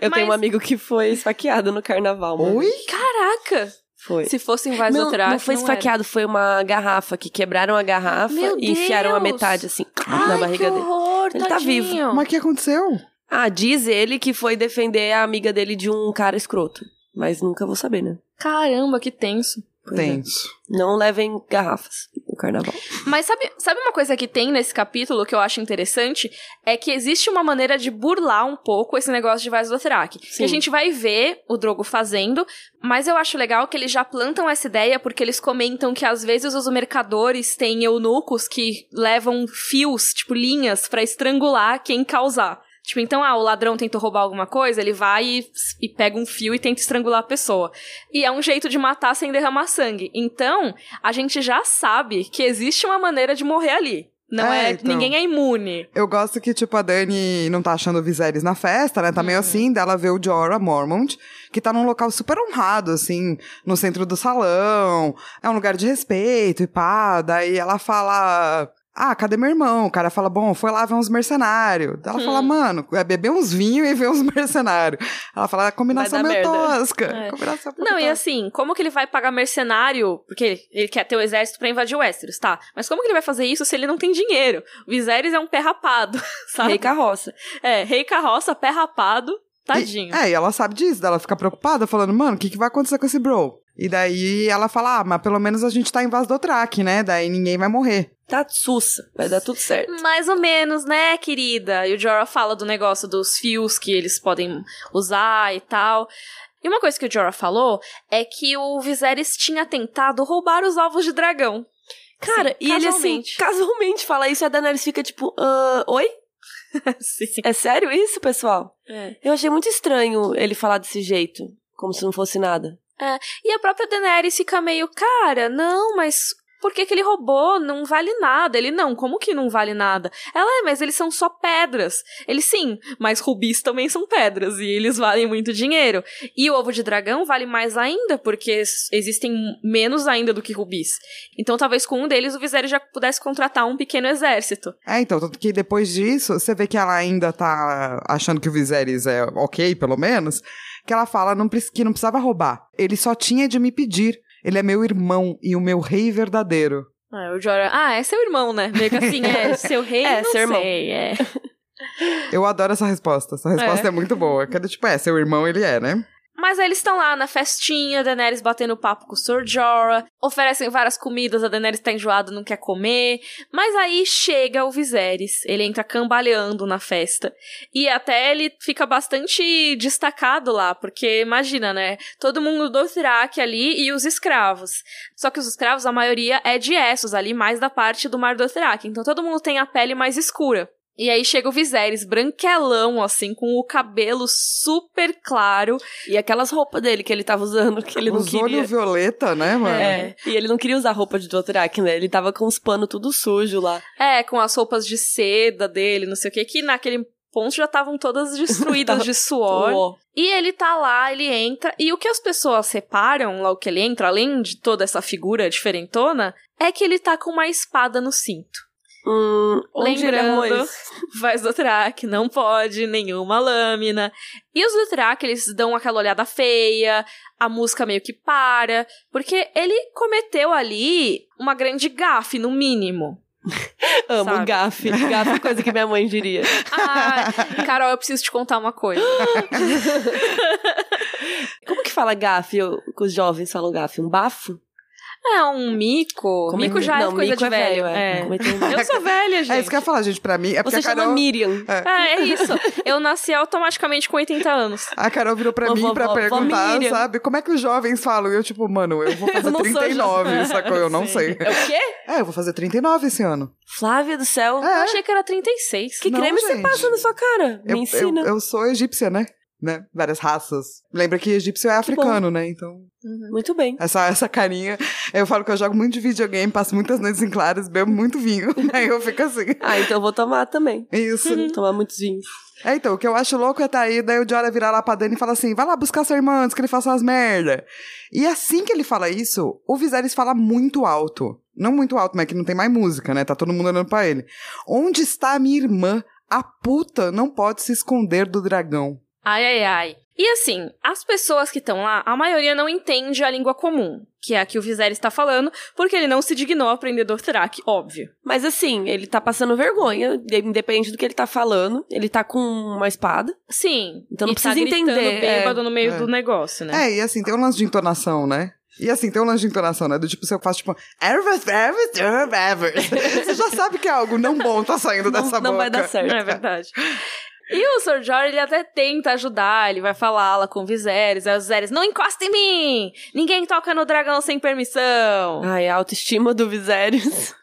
[SPEAKER 2] Eu tenho um
[SPEAKER 1] Mas-
[SPEAKER 2] amigo que foi esfaqueado no carnaval. mano.
[SPEAKER 3] Oi?
[SPEAKER 1] Caraca!
[SPEAKER 2] Foi.
[SPEAKER 1] Se fosse em
[SPEAKER 2] Não,
[SPEAKER 1] Vasotrac.
[SPEAKER 2] não foi esfaqueado, foi uma garrafa que quebraram a garrafa
[SPEAKER 1] Meu
[SPEAKER 2] e enfiaram a
[SPEAKER 1] Deus!
[SPEAKER 2] metade assim
[SPEAKER 1] Ai,
[SPEAKER 2] na barriga
[SPEAKER 1] que
[SPEAKER 2] dele.
[SPEAKER 1] horror,
[SPEAKER 2] Ele tá vivo.
[SPEAKER 1] tadinho.
[SPEAKER 3] Mas o que aconteceu?
[SPEAKER 2] Ah, diz ele que foi defender a amiga dele de um cara escroto, mas nunca vou saber, né?
[SPEAKER 1] Caramba, que tenso.
[SPEAKER 2] Pois é.
[SPEAKER 3] Tenso.
[SPEAKER 2] Não levem garrafas no carnaval.
[SPEAKER 1] Mas sabe, sabe uma coisa que tem nesse capítulo que eu acho interessante? É que existe uma maneira de burlar um pouco esse negócio de Vasotrac. Que
[SPEAKER 2] Sim.
[SPEAKER 1] a gente vai ver o Drogo fazendo, mas eu acho legal que eles já plantam essa ideia porque eles comentam que às vezes os mercadores têm eunucos que levam fios, tipo linhas, pra estrangular quem causar. Tipo, então, ah, o ladrão tentou roubar alguma coisa, ele vai e, e pega um fio e tenta estrangular a pessoa. E é um jeito de matar sem derramar sangue. Então, a gente já sabe que existe uma maneira de morrer ali. Não
[SPEAKER 3] É,
[SPEAKER 1] é,
[SPEAKER 3] então.
[SPEAKER 1] ninguém é imune.
[SPEAKER 3] Eu gosto que, tipo, a Dani não tá achando o Viserys na festa, né? Tá meio assim, dela vê o Jorah Mormont, que tá num local super honrado, assim, no centro do salão. É um lugar de respeito e pá. Daí ela fala. Ah, cadê meu irmão? O cara fala, bom, foi lá ver uns mercenários. Daí Ela fala, mano, é beber uns vinhos e ver uns mercenários. Ela fala, "É combinação
[SPEAKER 2] Vai
[SPEAKER 3] meio
[SPEAKER 2] dar merda.
[SPEAKER 3] tosca.
[SPEAKER 1] É.
[SPEAKER 3] Combinação meio
[SPEAKER 1] Não, e
[SPEAKER 3] tosca.
[SPEAKER 1] assim, como que ele vai pagar mercenário? Porque ele, ele quer ter o exército pra invadir Westeros, tá? Mas como que ele vai fazer isso se ele não tem dinheiro? O Viserys é um pé rapado, sabe?
[SPEAKER 2] Rei carroça.
[SPEAKER 1] É, rei carroça, pé rapado, tadinho.
[SPEAKER 3] E- é, e ela sabe disso, daí ela fica preocupada, falando, mano, o que, que vai acontecer com esse bro? E daí ela fala, ah, mas pelo menos a gente tá em Vaz do Track, né? Daí ninguém vai morrer.
[SPEAKER 2] Tá sussa. Vai dar tudo certo.
[SPEAKER 1] Mais ou menos, né, querida? E o Jorah fala do negócio dos fios que eles podem usar e tal. E uma coisa que o Jorah falou é que o Viserys tinha tentado roubar os ovos de dragão.
[SPEAKER 2] Cara,
[SPEAKER 1] Assim,
[SPEAKER 2] e ele assim,
[SPEAKER 1] casualmente.
[SPEAKER 2] casualmente fala isso e a Daenerys fica tipo, "Ah, oi?
[SPEAKER 1] Sim.
[SPEAKER 2] É sério isso, pessoal?
[SPEAKER 1] É.
[SPEAKER 2] Eu achei muito estranho ele falar desse jeito, como se não fosse nada.
[SPEAKER 1] E a própria Daenerys fica meio, cara, não, mas por que, que ele roubou? Não vale nada. Ele, não, como que não vale nada? Ela, é, mas eles são só pedras. Ele, sim, mas rubis também são pedras e eles valem muito dinheiro. E o ovo de dragão vale mais ainda, porque s- existem menos ainda do que rubis. Então talvez com um deles o Viserys já pudesse contratar um pequeno exército.
[SPEAKER 3] É, então, tanto que depois disso, você vê que ela ainda tá achando que o Viserys é ok, pelo menos, que ela fala não, precis- que não precisava roubar. Ele só tinha de me pedir. Ele é meu irmão e o meu rei verdadeiro.
[SPEAKER 1] Ah, o Jorah, ah, é seu irmão, né? Meio que assim, é seu rei,
[SPEAKER 2] É,
[SPEAKER 1] não
[SPEAKER 2] seu irmão.
[SPEAKER 1] sei, é.
[SPEAKER 3] Eu adoro essa resposta. Essa resposta é, muito boa. Cada tipo, é, seu irmão ele é, né?
[SPEAKER 1] Mas aí eles estão lá na festinha, Daenerys batendo papo com o Sir Jorah, oferecem várias comidas, a Daenerys tá enjoada, não quer comer. Mas aí chega o Viserys, ele entra cambaleando na festa. E até ele fica bastante destacado lá, porque imagina, né? Todo mundo do Thrak ali e os escravos. Só que os escravos, a maioria é de Essos ali, mais da parte do Mar do Thrak. Então todo mundo tem a pele mais escura. E aí chega o Viserys, branquelão, assim, com o cabelo super claro,
[SPEAKER 2] E aquelas roupas dele que ele tava usando, que ele não
[SPEAKER 3] Os
[SPEAKER 2] queria.
[SPEAKER 3] olhos violeta, né, mano?
[SPEAKER 2] É, e ele não queria usar roupa de Dothraki, né? Ele tava com os panos tudo sujo lá.
[SPEAKER 1] É, com as roupas de seda dele, não sei o que, que naquele ponto já estavam todas destruídas de suor.
[SPEAKER 2] Uó.
[SPEAKER 1] E ele tá lá, ele entra, e o que as pessoas reparam logo que ele entra, além de toda essa figura diferentona, é que ele tá com uma espada no cinto.
[SPEAKER 2] Hum, onde ele
[SPEAKER 1] Lembrando-
[SPEAKER 2] arrumou isso?
[SPEAKER 1] Vai Zotrak, não pode, nenhuma lâmina. E os Zotrak, eles dão aquela olhada feia, a música meio que para, porque ele cometeu ali uma grande gafe, no mínimo.
[SPEAKER 2] Amo,
[SPEAKER 1] Sabe?
[SPEAKER 2] gafe. Gafe é coisa que minha mãe diria.
[SPEAKER 1] Ah, Carol, eu preciso te contar uma coisa.
[SPEAKER 2] Como que fala gafe? Eu- que os jovens falam gafe? Um bafo?
[SPEAKER 1] É um mico.
[SPEAKER 2] Como é
[SPEAKER 1] mico
[SPEAKER 2] que-
[SPEAKER 1] já
[SPEAKER 2] não,
[SPEAKER 1] é coisa
[SPEAKER 2] mico
[SPEAKER 1] de velho.
[SPEAKER 2] é.
[SPEAKER 1] é.
[SPEAKER 2] Como é que-
[SPEAKER 1] Eu sou velha, gente.
[SPEAKER 3] É isso que eu ia falar, gente. Pra mim, é porque
[SPEAKER 2] Você
[SPEAKER 3] a
[SPEAKER 2] chama
[SPEAKER 3] Carol.
[SPEAKER 2] Miriam.
[SPEAKER 1] É, é isso. Eu nasci automaticamente com 80 anos.
[SPEAKER 3] A Carol virou pra
[SPEAKER 2] Vó,
[SPEAKER 3] mim
[SPEAKER 2] vó,
[SPEAKER 3] pra
[SPEAKER 2] vó, vó
[SPEAKER 3] perguntar,
[SPEAKER 2] Miriam.
[SPEAKER 3] sabe? Como é que os jovens falam? E eu, tipo, mano, eu vou fazer
[SPEAKER 2] não sou
[SPEAKER 3] 39,
[SPEAKER 2] jovem.
[SPEAKER 3] sacou? Eu não
[SPEAKER 1] Sim.
[SPEAKER 3] sei.
[SPEAKER 2] É o quê?
[SPEAKER 3] É, eu vou fazer 39 esse ano.
[SPEAKER 2] Flávia do céu.
[SPEAKER 1] Eu
[SPEAKER 3] É.
[SPEAKER 1] achei que era 36.
[SPEAKER 2] Que
[SPEAKER 3] Não,
[SPEAKER 2] creme você
[SPEAKER 3] gente.
[SPEAKER 2] passa na sua cara? Me
[SPEAKER 3] Eu,
[SPEAKER 2] ensina.
[SPEAKER 3] eu, eu sou egípcia, né? né? Várias raças. Lembra que egípcio é africano, né? Então,
[SPEAKER 2] Muito bem.
[SPEAKER 3] essa, essa carinha. Eu falo que eu jogo muito de videogame, passo muitas noites em claras, bebo muito vinho. Aí eu fico assim.
[SPEAKER 2] Ah, então eu vou tomar também.
[SPEAKER 3] Isso.
[SPEAKER 2] Tomar muitos vinhos.
[SPEAKER 3] É, então, o que eu acho louco é tá aí, daí o Jora virar lá pra Dani e falar assim, vai lá buscar seu irmão antes que ele faça umas merda. E assim que ele fala isso, o Viserys fala muito alto. Não muito alto, mas que não tem mais música, né? Tá todo mundo olhando pra ele. Onde está a minha irmã? A puta não pode se esconder do dragão.
[SPEAKER 1] Ai, ai, ai. E assim, as pessoas que estão lá, a maioria não entende a língua comum, que é a que o Viserys está falando, porque ele não se dignou a aprender Dothraki, óbvio.
[SPEAKER 2] Mas assim, ele tá passando vergonha, de- independe do que ele tá falando. Ele tá com uma espada.
[SPEAKER 1] Sim.
[SPEAKER 2] Então não
[SPEAKER 1] e tá
[SPEAKER 2] precisa
[SPEAKER 1] gritando
[SPEAKER 2] entender, é.
[SPEAKER 1] bêbado no meio
[SPEAKER 3] É.
[SPEAKER 1] do negócio, né?
[SPEAKER 3] É, e assim, tem um lance de entonação, né? E assim, tem um lance de entonação, né? Do tipo, se eu faço tipo... "Ervas, ervas, ervas", Você já sabe que é algo não bom tá saindo
[SPEAKER 2] Não,
[SPEAKER 3] dessa boca.
[SPEAKER 2] não vai dar certo.
[SPEAKER 1] É verdade. E o Sir Jorah, ele até tenta ajudar, ele vai falar lá com o Viserys, aí o Viserys, não encosta em mim! Ninguém toca no dragão sem permissão!
[SPEAKER 2] Ai, a autoestima do Viserys.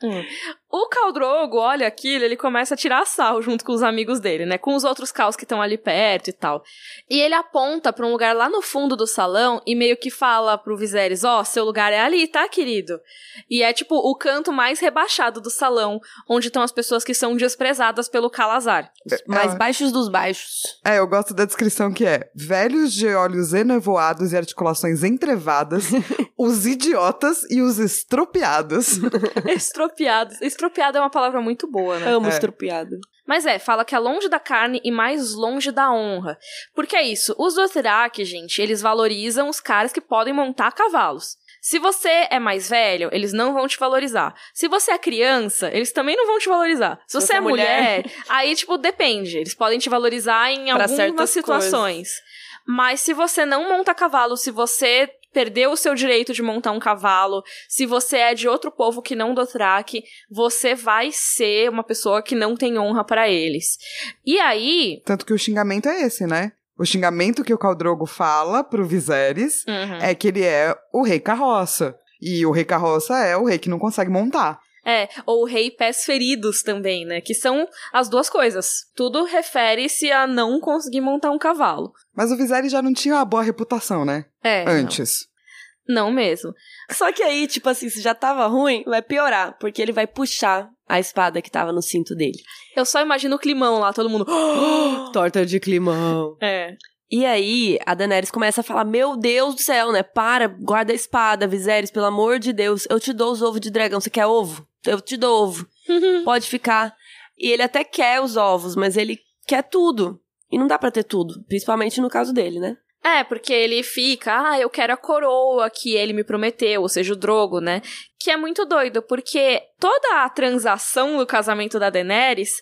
[SPEAKER 1] O Khal Drogo olha aquilo, ele começa a tirar sarro junto com os amigos dele, né? Com os outros Khals que estão ali perto e tal. E ele aponta pra um lugar lá no fundo do salão e meio que fala pro Viserys, ó, seu lugar é ali, tá, querido? E é tipo o canto mais rebaixado do salão, onde estão as pessoas que são desprezadas pelo Calazar.
[SPEAKER 2] Os mais baixos dos baixos.
[SPEAKER 3] É, eu gosto da descrição que é: velhos de olhos enevoados e articulações entrevadas, os idiotas e os estropiados.
[SPEAKER 1] Estropiados. Estropiado é uma palavra muito boa, né?
[SPEAKER 2] Amo
[SPEAKER 3] É.
[SPEAKER 2] estropiado.
[SPEAKER 1] Mas é, fala que é longe da carne e mais longe da honra. Porque é isso, os Dothraki, gente, eles valorizam os caras que podem montar cavalos. Se você é mais velho, eles não vão te valorizar. Se você é criança, eles também não vão te valorizar. Se você, é mulher, aí, tipo, depende. Eles podem te valorizar em
[SPEAKER 2] Pra
[SPEAKER 1] algumas
[SPEAKER 2] certas
[SPEAKER 1] situações. Mas se você não monta cavalo, se você perdeu o seu direito de montar um cavalo, se você é de outro povo que não Dothraki, você vai ser uma pessoa que não tem honra pra eles. E aí.
[SPEAKER 3] Tanto que o xingamento é esse, né? O xingamento que o Caldrogo fala pro Viserys
[SPEAKER 1] Uhum.
[SPEAKER 3] é que ele é o rei carroça. E o rei carroça é o rei que não consegue montar.
[SPEAKER 1] É, ou o rei pés feridos também, né? Que são as duas coisas. Tudo refere-se a não conseguir montar um cavalo.
[SPEAKER 3] Mas o Viserys já não tinha uma boa reputação, né?
[SPEAKER 1] É.
[SPEAKER 3] Antes.
[SPEAKER 1] Não, não mesmo.
[SPEAKER 2] Só que aí, tipo assim, se já tava ruim, vai piorar, porque ele vai puxar a espada que tava no cinto dele.
[SPEAKER 1] Eu só imagino o climão lá, todo mundo.
[SPEAKER 2] Torta de climão.
[SPEAKER 1] É.
[SPEAKER 2] E aí, a Daenerys começa a falar: Meu Deus do céu, né? Para, guarda a espada, Viserys, pelo amor de Deus. Eu te dou os ovos de dragão. Você quer ovo? Eu te dou ovo. Pode ficar. E ele até quer os ovos, mas ele quer tudo. E não dá pra ter tudo, principalmente no caso dele, né?
[SPEAKER 1] É, porque ele fica, ah, eu quero a coroa que ele me prometeu, ou seja, o Drogo, né? Que é muito doido, porque toda a transação do casamento da Daenerys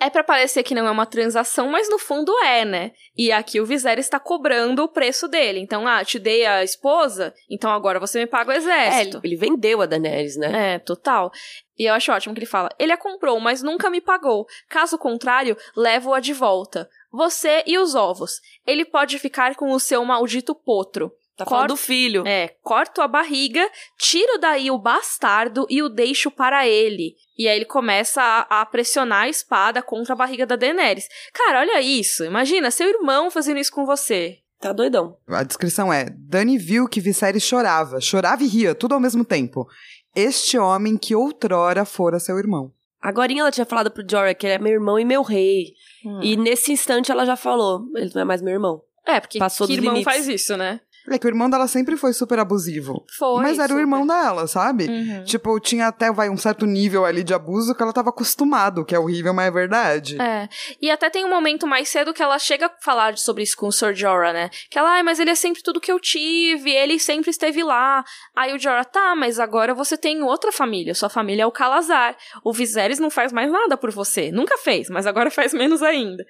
[SPEAKER 1] é pra parecer que não é uma transação, mas no fundo é, né? E aqui o Viserys está cobrando o preço dele. Então, ah, te dei a esposa, então agora você me paga o
[SPEAKER 2] É,
[SPEAKER 1] exército.
[SPEAKER 2] ele, ele vendeu a Daenerys, né?
[SPEAKER 1] É, total. E eu acho ótimo que ele fala: ele a comprou, mas nunca me pagou. Caso contrário, levo-a de volta. Você e os ovos. Ele pode ficar com o seu maldito potro.
[SPEAKER 2] Tá
[SPEAKER 1] Corta-
[SPEAKER 2] falando do filho.
[SPEAKER 1] É, corto a barriga, tiro daí o bastardo e o deixo para ele. E aí ele começa a, a pressionar a espada contra a barriga da Daenerys. Cara, olha isso. Imagina seu irmão fazendo isso com você.
[SPEAKER 2] Tá doidão.
[SPEAKER 3] A descrição é: Dani viu que Viserys chorava, chorava e ria, tudo ao mesmo tempo. Este homem que outrora fora seu irmão.
[SPEAKER 2] Agora ela tinha falado pro Jorah que ele é meu irmão e meu rei.
[SPEAKER 1] E-
[SPEAKER 3] Hum.
[SPEAKER 2] E nesse instante ela já falou: Ele não é mais meu irmão.
[SPEAKER 1] é, porque
[SPEAKER 2] Passou
[SPEAKER 1] que
[SPEAKER 2] dos
[SPEAKER 1] irmão
[SPEAKER 2] limites.
[SPEAKER 1] faz isso, né?
[SPEAKER 3] É que o irmão dela sempre foi super abusivo.
[SPEAKER 1] Foi.
[SPEAKER 3] mas era o
[SPEAKER 1] super.
[SPEAKER 3] irmão dela, sabe?
[SPEAKER 1] Uhum.
[SPEAKER 3] Tipo, tinha até vai, um certo nível ali de abuso que ela tava acostumado, que é horrível, mas é verdade.
[SPEAKER 1] É. E até tem um momento mais cedo que ela chega a falar sobre isso com o Sir Jorah, né? Que ela, ai, mas ele é sempre tudo que eu tive, ele sempre esteve lá. Aí o Jorah, tá, mas agora você tem outra família, sua família é o Calazar. O Viserys não faz mais nada por você. Nunca fez, mas agora faz menos ainda.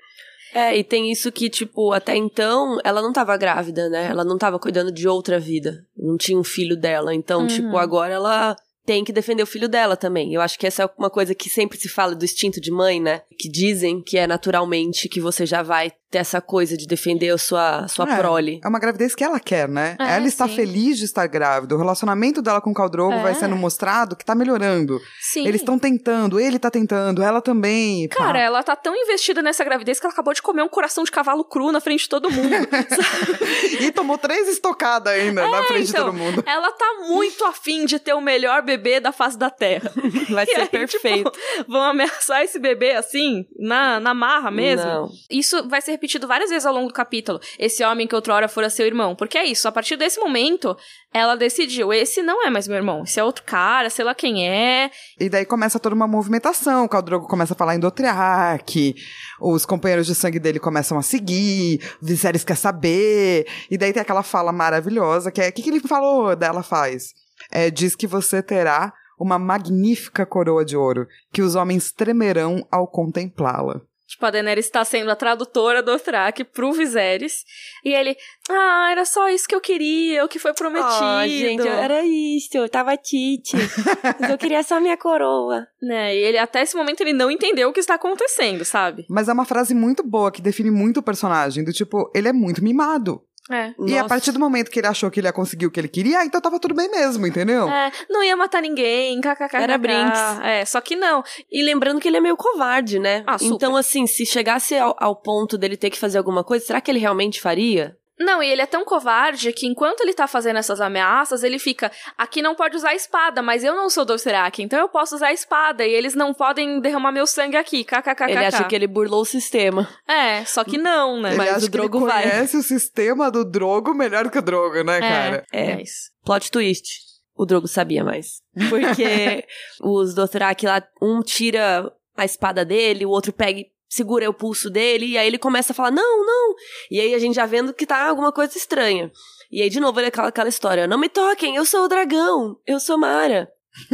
[SPEAKER 2] É, e tem isso que, tipo, até então ela não tava grávida, né? Ela não tava cuidando de outra vida. Não tinha um filho dela. Então,
[SPEAKER 1] Uhum.
[SPEAKER 2] tipo, agora ela tem que defender o filho dela também. Eu acho que essa é uma coisa que sempre se fala do instinto de mãe, né? Que dizem que é naturalmente que você já vai ter essa coisa de defender a sua, sua
[SPEAKER 3] É.
[SPEAKER 2] prole.
[SPEAKER 3] É uma gravidez que ela quer, né?
[SPEAKER 1] É,
[SPEAKER 3] ela está
[SPEAKER 1] sim.
[SPEAKER 3] feliz de estar grávida. O relacionamento dela com o Caldrogo vai
[SPEAKER 1] É.
[SPEAKER 3] sendo mostrado que tá melhorando.
[SPEAKER 1] Sim.
[SPEAKER 3] Eles estão tentando, ele tá tentando, ela também. pá.
[SPEAKER 1] Cara, ela tá tão investida nessa gravidez que ela acabou de comer um coração de cavalo cru na frente de todo mundo.
[SPEAKER 3] E tomou três estocadas ainda na frente
[SPEAKER 1] então.
[SPEAKER 3] de todo mundo.
[SPEAKER 1] ela tá muito afim de ter o melhor bebê da face da Terra.
[SPEAKER 2] Vai
[SPEAKER 1] E
[SPEAKER 2] ser
[SPEAKER 1] aí,
[SPEAKER 2] perfeito.
[SPEAKER 1] tipo, vão ameaçar esse bebê assim, na, na marra mesmo?
[SPEAKER 2] Não.
[SPEAKER 1] Isso vai ser repetido várias vezes ao longo do capítulo. Esse homem que outrora fora seu irmão. Porque é isso, a partir desse momento, ela decidiu: esse não é mais meu irmão, esse é outro cara, sei lá quem é.
[SPEAKER 3] E daí começa toda uma movimentação. O Caldrogo começa a falar em Dotriac, os companheiros de sangue dele começam a seguir, Viserys quer saber. E daí tem aquela fala maravilhosa que é: o que, que ele falou dela faz? É, diz que você terá uma magnífica coroa de ouro, que os homens tremerão ao contemplá-la.
[SPEAKER 1] Tipo, a Daenerys está sendo a tradutora do Thrak pro Viserys. E ele, ah, era só isso que eu queria, o que foi prometido.
[SPEAKER 2] Ah, gente, era isso. Eu tava Tite. Mas eu queria só minha coroa.
[SPEAKER 1] Né? E ele, até esse momento, ele não entendeu o que está acontecendo, sabe?
[SPEAKER 3] Mas é uma frase muito boa que define muito o personagem, do tipo, ele é muito mimado.
[SPEAKER 1] É.
[SPEAKER 3] E a
[SPEAKER 2] Nossa.
[SPEAKER 3] partir do momento que ele achou que ele ia conseguir o que ele queria, ah, então tava tudo bem mesmo, entendeu?
[SPEAKER 1] É, não ia matar ninguém, kkk.
[SPEAKER 2] Era Brinks.
[SPEAKER 1] É, só que não.
[SPEAKER 2] E lembrando que ele é meio covarde, né?
[SPEAKER 1] Ah, super.
[SPEAKER 2] então, assim, se chegasse ao, ao ponto dele ter que fazer alguma coisa, será que ele realmente faria?
[SPEAKER 1] Não, e ele é tão covarde que enquanto ele tá fazendo essas ameaças, ele fica, aqui não pode usar a espada, mas eu não sou Doceraki, então eu posso usar a espada, e eles não podem derramar meu sangue aqui, kkkk.
[SPEAKER 2] Ele acha que ele burlou o sistema.
[SPEAKER 1] É, só que não, né?
[SPEAKER 3] ele
[SPEAKER 2] mas
[SPEAKER 3] acha
[SPEAKER 2] o Drogo
[SPEAKER 3] que ele
[SPEAKER 2] vai.
[SPEAKER 3] conhece o sistema do Drogo melhor que o Drogo, né, cara?
[SPEAKER 1] É,
[SPEAKER 2] É.
[SPEAKER 1] é isso.
[SPEAKER 2] Plot twist. O Drogo sabia mais. Porque os Dothraki lá, um tira a espada dele, o outro pega e segura o pulso dele, e aí ele começa a falar, não, não. E aí a gente já vendo que tá alguma coisa estranha. E aí, de novo, ele é aquela, aquela história, não me toquem, eu sou o dragão, eu sou Mara.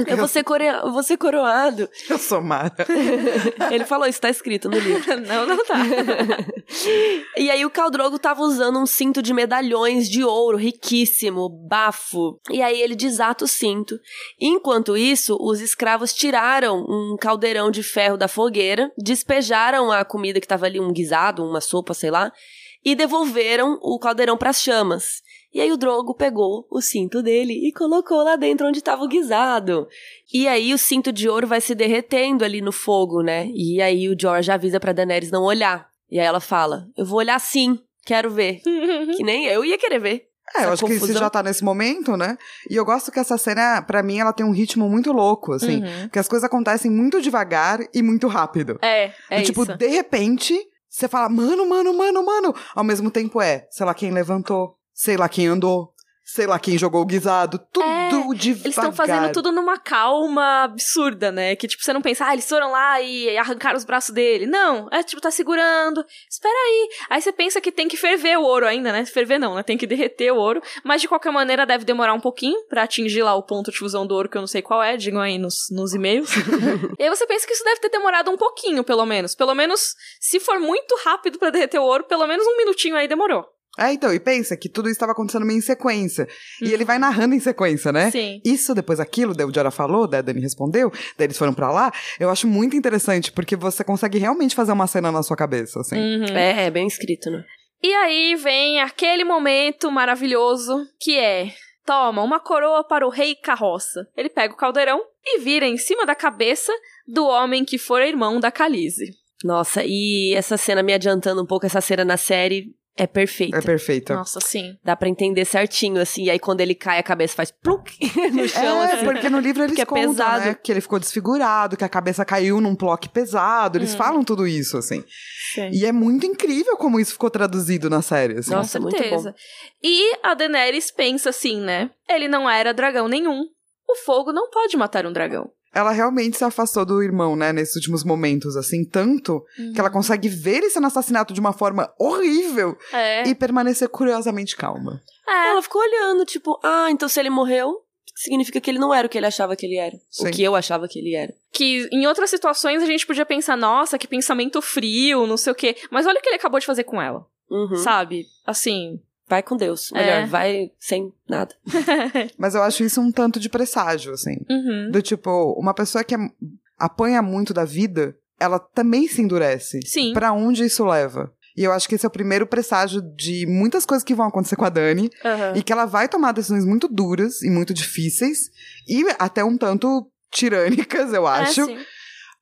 [SPEAKER 2] Eu vou ser, corea- eu vou ser coroado.
[SPEAKER 3] Eu sou Mara.
[SPEAKER 2] Ele falou, isso tá escrito no livro.
[SPEAKER 1] não, não tá.
[SPEAKER 2] E aí o Caldrogo tava usando um cinto de medalhões de ouro, riquíssimo, bafo. E aí ele desata o cinto. Enquanto isso, os escravos tiraram um caldeirão de ferro da fogueira, despejaram a comida que tava ali, um guisado, uma sopa, sei lá, e devolveram o caldeirão pras chamas. E aí o Drogo pegou o cinto dele e colocou lá dentro onde tava o guisado. E aí o cinto de ouro vai se derretendo ali no fogo, né? E aí o George avisa pra Daenerys não olhar. E aí ela fala: "Eu vou olhar sim, quero ver". que nem eu ia querer ver.
[SPEAKER 3] É, eu
[SPEAKER 2] Essa
[SPEAKER 3] acho que você
[SPEAKER 2] confusão.
[SPEAKER 3] já tá nesse momento, né? E eu gosto que essa cena, pra mim, ela tem um ritmo muito louco, assim.
[SPEAKER 1] Uhum.
[SPEAKER 3] Porque as coisas acontecem muito devagar e muito rápido.
[SPEAKER 1] É, é
[SPEAKER 3] E, tipo,
[SPEAKER 1] isso.
[SPEAKER 3] de repente, você fala, mano, mano, mano, mano. Ao mesmo tempo é, sei lá quem levantou, sei lá quem andou, sei lá quem jogou o guisado. Tudo
[SPEAKER 1] É,
[SPEAKER 3] devagar.
[SPEAKER 1] Eles estão fazendo tudo numa calma absurda, né? Que, tipo, você não pensa, ah, eles foram lá e arrancaram os braços dele. Não, é tipo, tá segurando. Espera aí. Aí você pensa que tem que ferver o ouro ainda, né? Ferver não, né? Tem que derreter o ouro. Mas, de qualquer maneira, deve demorar um pouquinho pra atingir lá o ponto de fusão do ouro, que eu não sei qual é. Digam aí nos, nos e-mails. e aí você pensa que isso deve ter demorado um pouquinho, pelo menos. Pelo menos, se for muito rápido pra derreter o ouro, pelo menos um minutinho aí demorou.
[SPEAKER 3] É, então, e pensa que tudo isso estava acontecendo meio em sequência.
[SPEAKER 1] Uhum.
[SPEAKER 3] E ele vai narrando em sequência, né?
[SPEAKER 1] Sim.
[SPEAKER 3] Isso, depois aquilo, daí o Jara falou, daí a Dani respondeu, daí eles foram pra lá. Eu acho muito interessante, porque você consegue realmente fazer uma cena na sua cabeça, assim.
[SPEAKER 1] Uhum.
[SPEAKER 2] É, é bem escrito, né?
[SPEAKER 1] E aí vem aquele momento maravilhoso que é: toma uma coroa para o rei carroça. Ele pega o caldeirão e vira em cima da cabeça do homem que for irmão da Calize.
[SPEAKER 2] Nossa, e essa cena me adiantando um pouco essa cena na série é perfeita.
[SPEAKER 3] É
[SPEAKER 2] Então,
[SPEAKER 3] perfeito.
[SPEAKER 1] Nossa, sim.
[SPEAKER 2] Dá pra entender certinho assim, e aí quando ele cai a cabeça faz plunk no chão
[SPEAKER 3] é,
[SPEAKER 2] assim.
[SPEAKER 3] porque no livro eles
[SPEAKER 2] Porque é
[SPEAKER 3] contam,
[SPEAKER 2] pesado.
[SPEAKER 3] né, que ele ficou desfigurado, que a cabeça caiu num bloco pesado,
[SPEAKER 2] Hum.
[SPEAKER 3] eles falam tudo isso, assim. E é muito incrível como isso ficou traduzido na série, assim.
[SPEAKER 1] Com
[SPEAKER 2] Nossa, muito
[SPEAKER 1] certeza. E a Daenerys pensa assim, né? Ele não era dragão nenhum. O fogo não pode matar um dragão.
[SPEAKER 3] Ela realmente se afastou do irmão, né, nesses últimos momentos, assim, tanto
[SPEAKER 2] Uhum.
[SPEAKER 3] que ela consegue ver ele sendo assassinato de uma forma horrível
[SPEAKER 1] É.
[SPEAKER 3] e permanecer curiosamente calma.
[SPEAKER 1] É.
[SPEAKER 2] Ela ficou olhando, tipo, ah, então se ele morreu, significa que ele não era o que ele achava que ele era.
[SPEAKER 3] Sim.
[SPEAKER 2] O que eu achava que ele era.
[SPEAKER 1] Que em outras situações a gente podia pensar, nossa, que pensamento frio, não sei o quê. Mas olha o que ele acabou de fazer com ela,
[SPEAKER 2] Uhum.
[SPEAKER 1] sabe? Assim,
[SPEAKER 2] Vai com Deus. Melhor,
[SPEAKER 1] É.
[SPEAKER 2] vai sem nada.
[SPEAKER 3] Mas eu acho isso um tanto de presságio, assim.
[SPEAKER 1] Uhum.
[SPEAKER 3] Do tipo, uma pessoa que am- apanha muito da vida, ela também se endurece.
[SPEAKER 1] Sim.
[SPEAKER 3] Pra onde isso leva? E eu acho que esse é o primeiro presságio de muitas coisas que vão acontecer com a Dani.
[SPEAKER 1] Aham.
[SPEAKER 3] E que ela vai tomar decisões muito duras e muito difíceis. E até um tanto tirânicas, eu acho.
[SPEAKER 1] É, sim.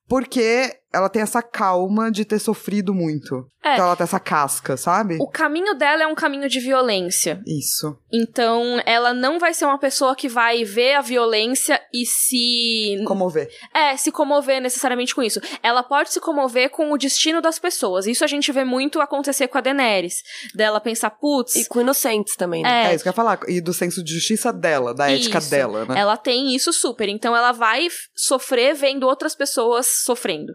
[SPEAKER 3] porque ela tem essa calma de ter sofrido muito.
[SPEAKER 1] É.
[SPEAKER 3] Então ela tem essa casca, sabe?
[SPEAKER 1] O caminho dela é um caminho de violência.
[SPEAKER 3] Isso.
[SPEAKER 1] Então, ela não vai ser uma pessoa que vai ver a violência e se.
[SPEAKER 3] Comover.
[SPEAKER 1] É, se comover necessariamente com isso. Ela pode se comover com o destino das pessoas. Isso a gente vê muito acontecer com a Daenerys. Dela pensar, putz.
[SPEAKER 2] E com inocentes também, né?
[SPEAKER 1] É.
[SPEAKER 3] É. isso que eu ia falar. E do senso de justiça dela, da ética
[SPEAKER 1] Isso.
[SPEAKER 3] dela, né?
[SPEAKER 1] Ela tem isso super, então ela vai f- sofrer vendo outras pessoas sofrendo.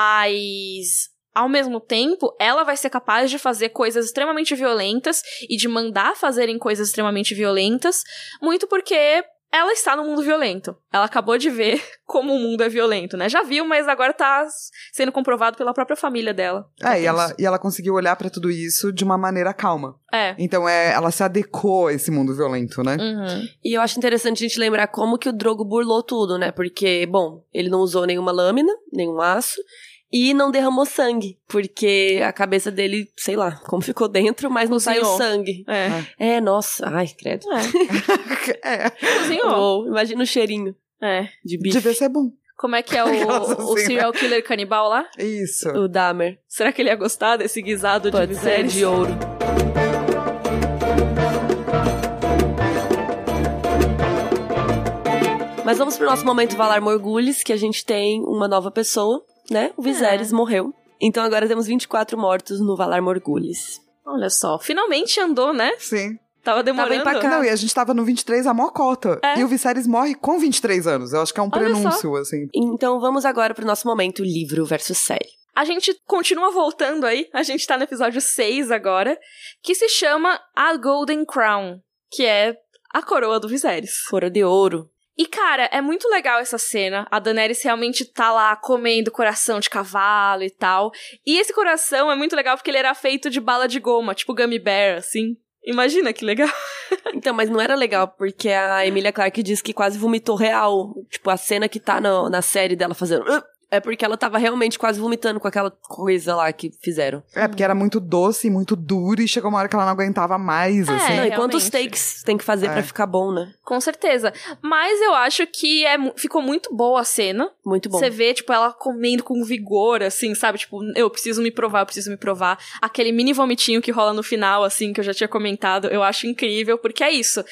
[SPEAKER 1] Mas ao mesmo tempo, ela vai ser capaz de fazer coisas extremamente violentas e de mandar fazerem coisas extremamente violentas, muito porque ela está no mundo violento. Ela acabou de ver como o mundo é violento, né? Já viu, mas agora tá s- sendo comprovado pela própria família dela.
[SPEAKER 3] É, e ela, e ela conseguiu olhar pra tudo isso de uma maneira calma.
[SPEAKER 1] É.
[SPEAKER 3] Então é, ela se adequou a esse mundo violento, né?
[SPEAKER 1] Uhum.
[SPEAKER 2] E eu acho interessante a gente lembrar como que o Drogo burlou tudo, né? Porque, bom, ele não usou nenhuma lâmina, nenhum aço. E não derramou sangue, porque a cabeça dele, sei lá, como ficou dentro, mas não saiu
[SPEAKER 1] Cozinhou.
[SPEAKER 2] sangue.
[SPEAKER 1] É.
[SPEAKER 2] É, nossa, ai, credo.
[SPEAKER 1] É.
[SPEAKER 3] é,
[SPEAKER 1] Cozinhou.
[SPEAKER 2] Ou, imagina o cheirinho
[SPEAKER 1] É.
[SPEAKER 2] de bife.
[SPEAKER 3] devia ser bom.
[SPEAKER 1] Como é que é
[SPEAKER 3] Aquelas
[SPEAKER 1] o,
[SPEAKER 3] assim,
[SPEAKER 1] o serial killer canibal lá?
[SPEAKER 3] Isso.
[SPEAKER 2] O Dahmer.
[SPEAKER 1] Será que ele ia gostar desse guisado de
[SPEAKER 2] Pode ser
[SPEAKER 1] miséria?
[SPEAKER 2] de ouro. Mas vamos pro nosso momento Valar Morgulhes, que a gente tem uma nova pessoa, né? O Viserys morreu. Então agora temos 24 mortos no Valar Morgulhes.
[SPEAKER 1] Olha só, finalmente andou, né?
[SPEAKER 3] Sim.
[SPEAKER 1] Tava demorando.
[SPEAKER 2] empacado.
[SPEAKER 3] Não, e a gente tava no 23 a mocota.
[SPEAKER 1] Tá É.
[SPEAKER 3] E o Viserys morre com 23 anos. Eu acho que é um
[SPEAKER 1] Olha só.
[SPEAKER 3] prenúncio, assim.
[SPEAKER 2] Então vamos agora pro nosso momento livro versus série.
[SPEAKER 1] A gente continua voltando aí, a gente tá no episódio 6 agora, que se chama A Golden Crown, que é a coroa do Viserys.
[SPEAKER 2] Coroa de ouro.
[SPEAKER 1] E, cara, é muito legal essa cena. A Daenerys realmente tá lá comendo coração de cavalo e tal. E esse coração é muito legal porque ele era feito de bala de goma, tipo gummy bear, assim. Imagina que legal.
[SPEAKER 2] Então, mas não era legal, porque a Emilia Clarke diz que quase vomitou real. Tipo, a cena que tá na, na série dela fazendo. "Ah", É porque ela tava realmente quase vomitando com aquela coisa lá que fizeram.
[SPEAKER 3] É, porque era muito doce, e muito duro, e chegou uma hora que ela não aguentava mais,
[SPEAKER 1] É.
[SPEAKER 3] assim.
[SPEAKER 2] não, e quantos
[SPEAKER 1] realmente.
[SPEAKER 2] takes tem que fazer
[SPEAKER 3] É.
[SPEAKER 2] pra ficar bom, né?
[SPEAKER 1] Com certeza. Mas eu acho que é, mu- ficou muito boa a cena.
[SPEAKER 2] Muito bom.
[SPEAKER 1] Você vê, tipo, ela comendo com vigor, assim, sabe? Tipo, eu preciso me provar, eu preciso me provar. Aquele mini vomitinho que rola no final, assim, que eu já tinha comentado, eu acho incrível, porque é isso.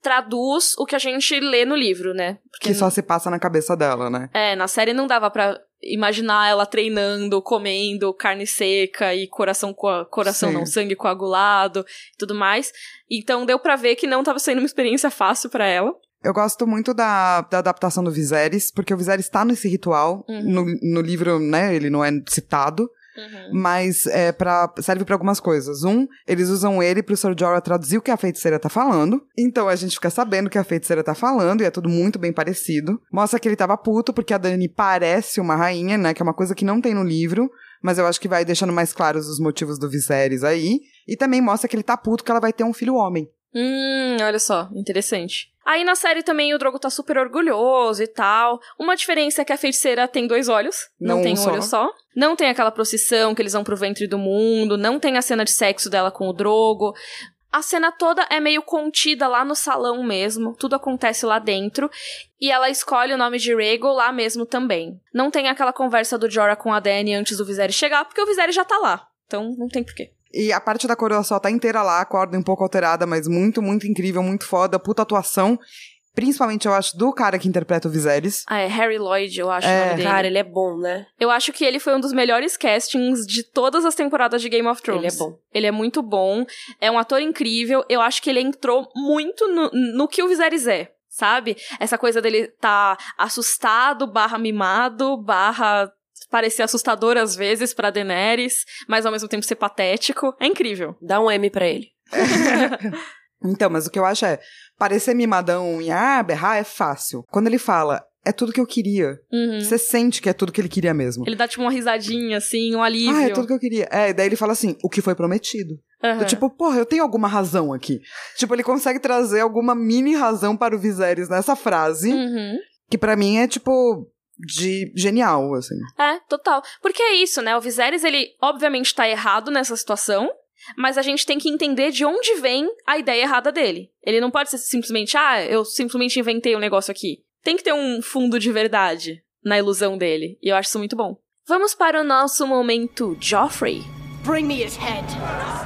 [SPEAKER 1] Traduz o que a gente lê no livro, né? Porque
[SPEAKER 3] Que só se passa na cabeça dela, né?
[SPEAKER 1] É, na série não dava pra imaginar ela treinando, comendo coarne seca e coração coa- coração
[SPEAKER 3] Sim.
[SPEAKER 1] não, sangue coagulado e tudo mais. Então deu pra ver que não tava sendo uma experiência fácil pra ela.
[SPEAKER 3] Eu gosto muito da, da adaptação do Viserys, porque o Viserys tá nesse ritual.
[SPEAKER 1] Uhum.
[SPEAKER 3] No, no livro, né, ele não é citado,
[SPEAKER 2] Uhum.
[SPEAKER 3] mas é pra, serve pra algumas coisas. Um, eles usam ele pro Sir Jorah traduzir o que a feiticeira tá falando. Então a gente fica sabendo o que a feiticeira tá falando, e é tudo muito bem parecido. Mostra que ele tava puto, porque a Dani parece uma rainha, né, que é uma coisa que não tem no livro. Mas eu acho que vai deixando mais claros os motivos do Viserys aí. E também mostra que ele tá puto que ela vai ter um filho homem.
[SPEAKER 1] Hum, olha só, interessante. Aí na série também o Drogo tá super orgulhoso e tal. Uma diferença é que a feiticeira tem dois olhos, não,
[SPEAKER 3] Não
[SPEAKER 1] tem
[SPEAKER 3] um
[SPEAKER 1] um
[SPEAKER 3] só.
[SPEAKER 1] olho só. Não tem aquela procissão que eles vão pro ventre do mundo, não tem a cena de sexo dela com o Drogo. A cena toda é meio contida lá no salão mesmo, tudo acontece lá dentro. E ela escolhe o nome de Rhaegal lá mesmo também. Não tem aquela conversa do Jorah com a Dany antes do Viserys chegar, porque o Viserys já tá lá. Então não tem porquê.
[SPEAKER 3] E a parte da coroa só tá inteira lá, com a ordem um pouco alterada, mas muito, muito incrível, muito foda, puta atuação. Principalmente, eu acho, do cara que interpreta o Viserys.
[SPEAKER 1] Ah, é Harry Lloyd, eu acho
[SPEAKER 3] É.
[SPEAKER 1] o nome dele.
[SPEAKER 2] Cara, ele é bom, né?
[SPEAKER 1] Eu acho que ele foi um dos melhores castings de todas as temporadas de Game of Thrones.
[SPEAKER 2] Ele é bom.
[SPEAKER 1] Ele é muito bom, é um ator incrível. Eu acho que ele entrou muito no, no que o Viserys é, sabe? Essa coisa dele tá assustado, barra mimado, barra parecer assustador às vezes pra Daenerys, mas ao mesmo tempo ser patético. É incrível.
[SPEAKER 2] Dá um M pra ele.
[SPEAKER 3] Então, mas o que eu acho é, parecer mimadão e ah, berrar é fácil. Quando ele fala, é tudo que eu queria.
[SPEAKER 1] Uhum.
[SPEAKER 3] Você sente que é tudo que ele queria mesmo.
[SPEAKER 1] Ele dá tipo uma risadinha, assim, um alívio.
[SPEAKER 3] Ah, é tudo que eu queria. É, e daí ele fala assim, o que foi prometido.
[SPEAKER 1] Aham.
[SPEAKER 3] Eu, tipo, porra, eu tenho alguma razão aqui. Tipo, ele consegue trazer alguma mini razão para o Viserys nessa frase,
[SPEAKER 1] Uhum.
[SPEAKER 3] que pra mim é, tipo, de genial, assim.
[SPEAKER 1] É, total. Porque é isso, né? O Viserys, ele obviamente tá errado nessa situação, mas a gente tem que entender de onde vem a ideia errada dele. Ele não pode ser simplesmente, ah, eu simplesmente inventei um negócio aqui. Tem que ter um fundo de verdade na ilusão dele. E eu acho isso muito bom. Vamos para o nosso momento Joffrey.
[SPEAKER 4] Bring me his head.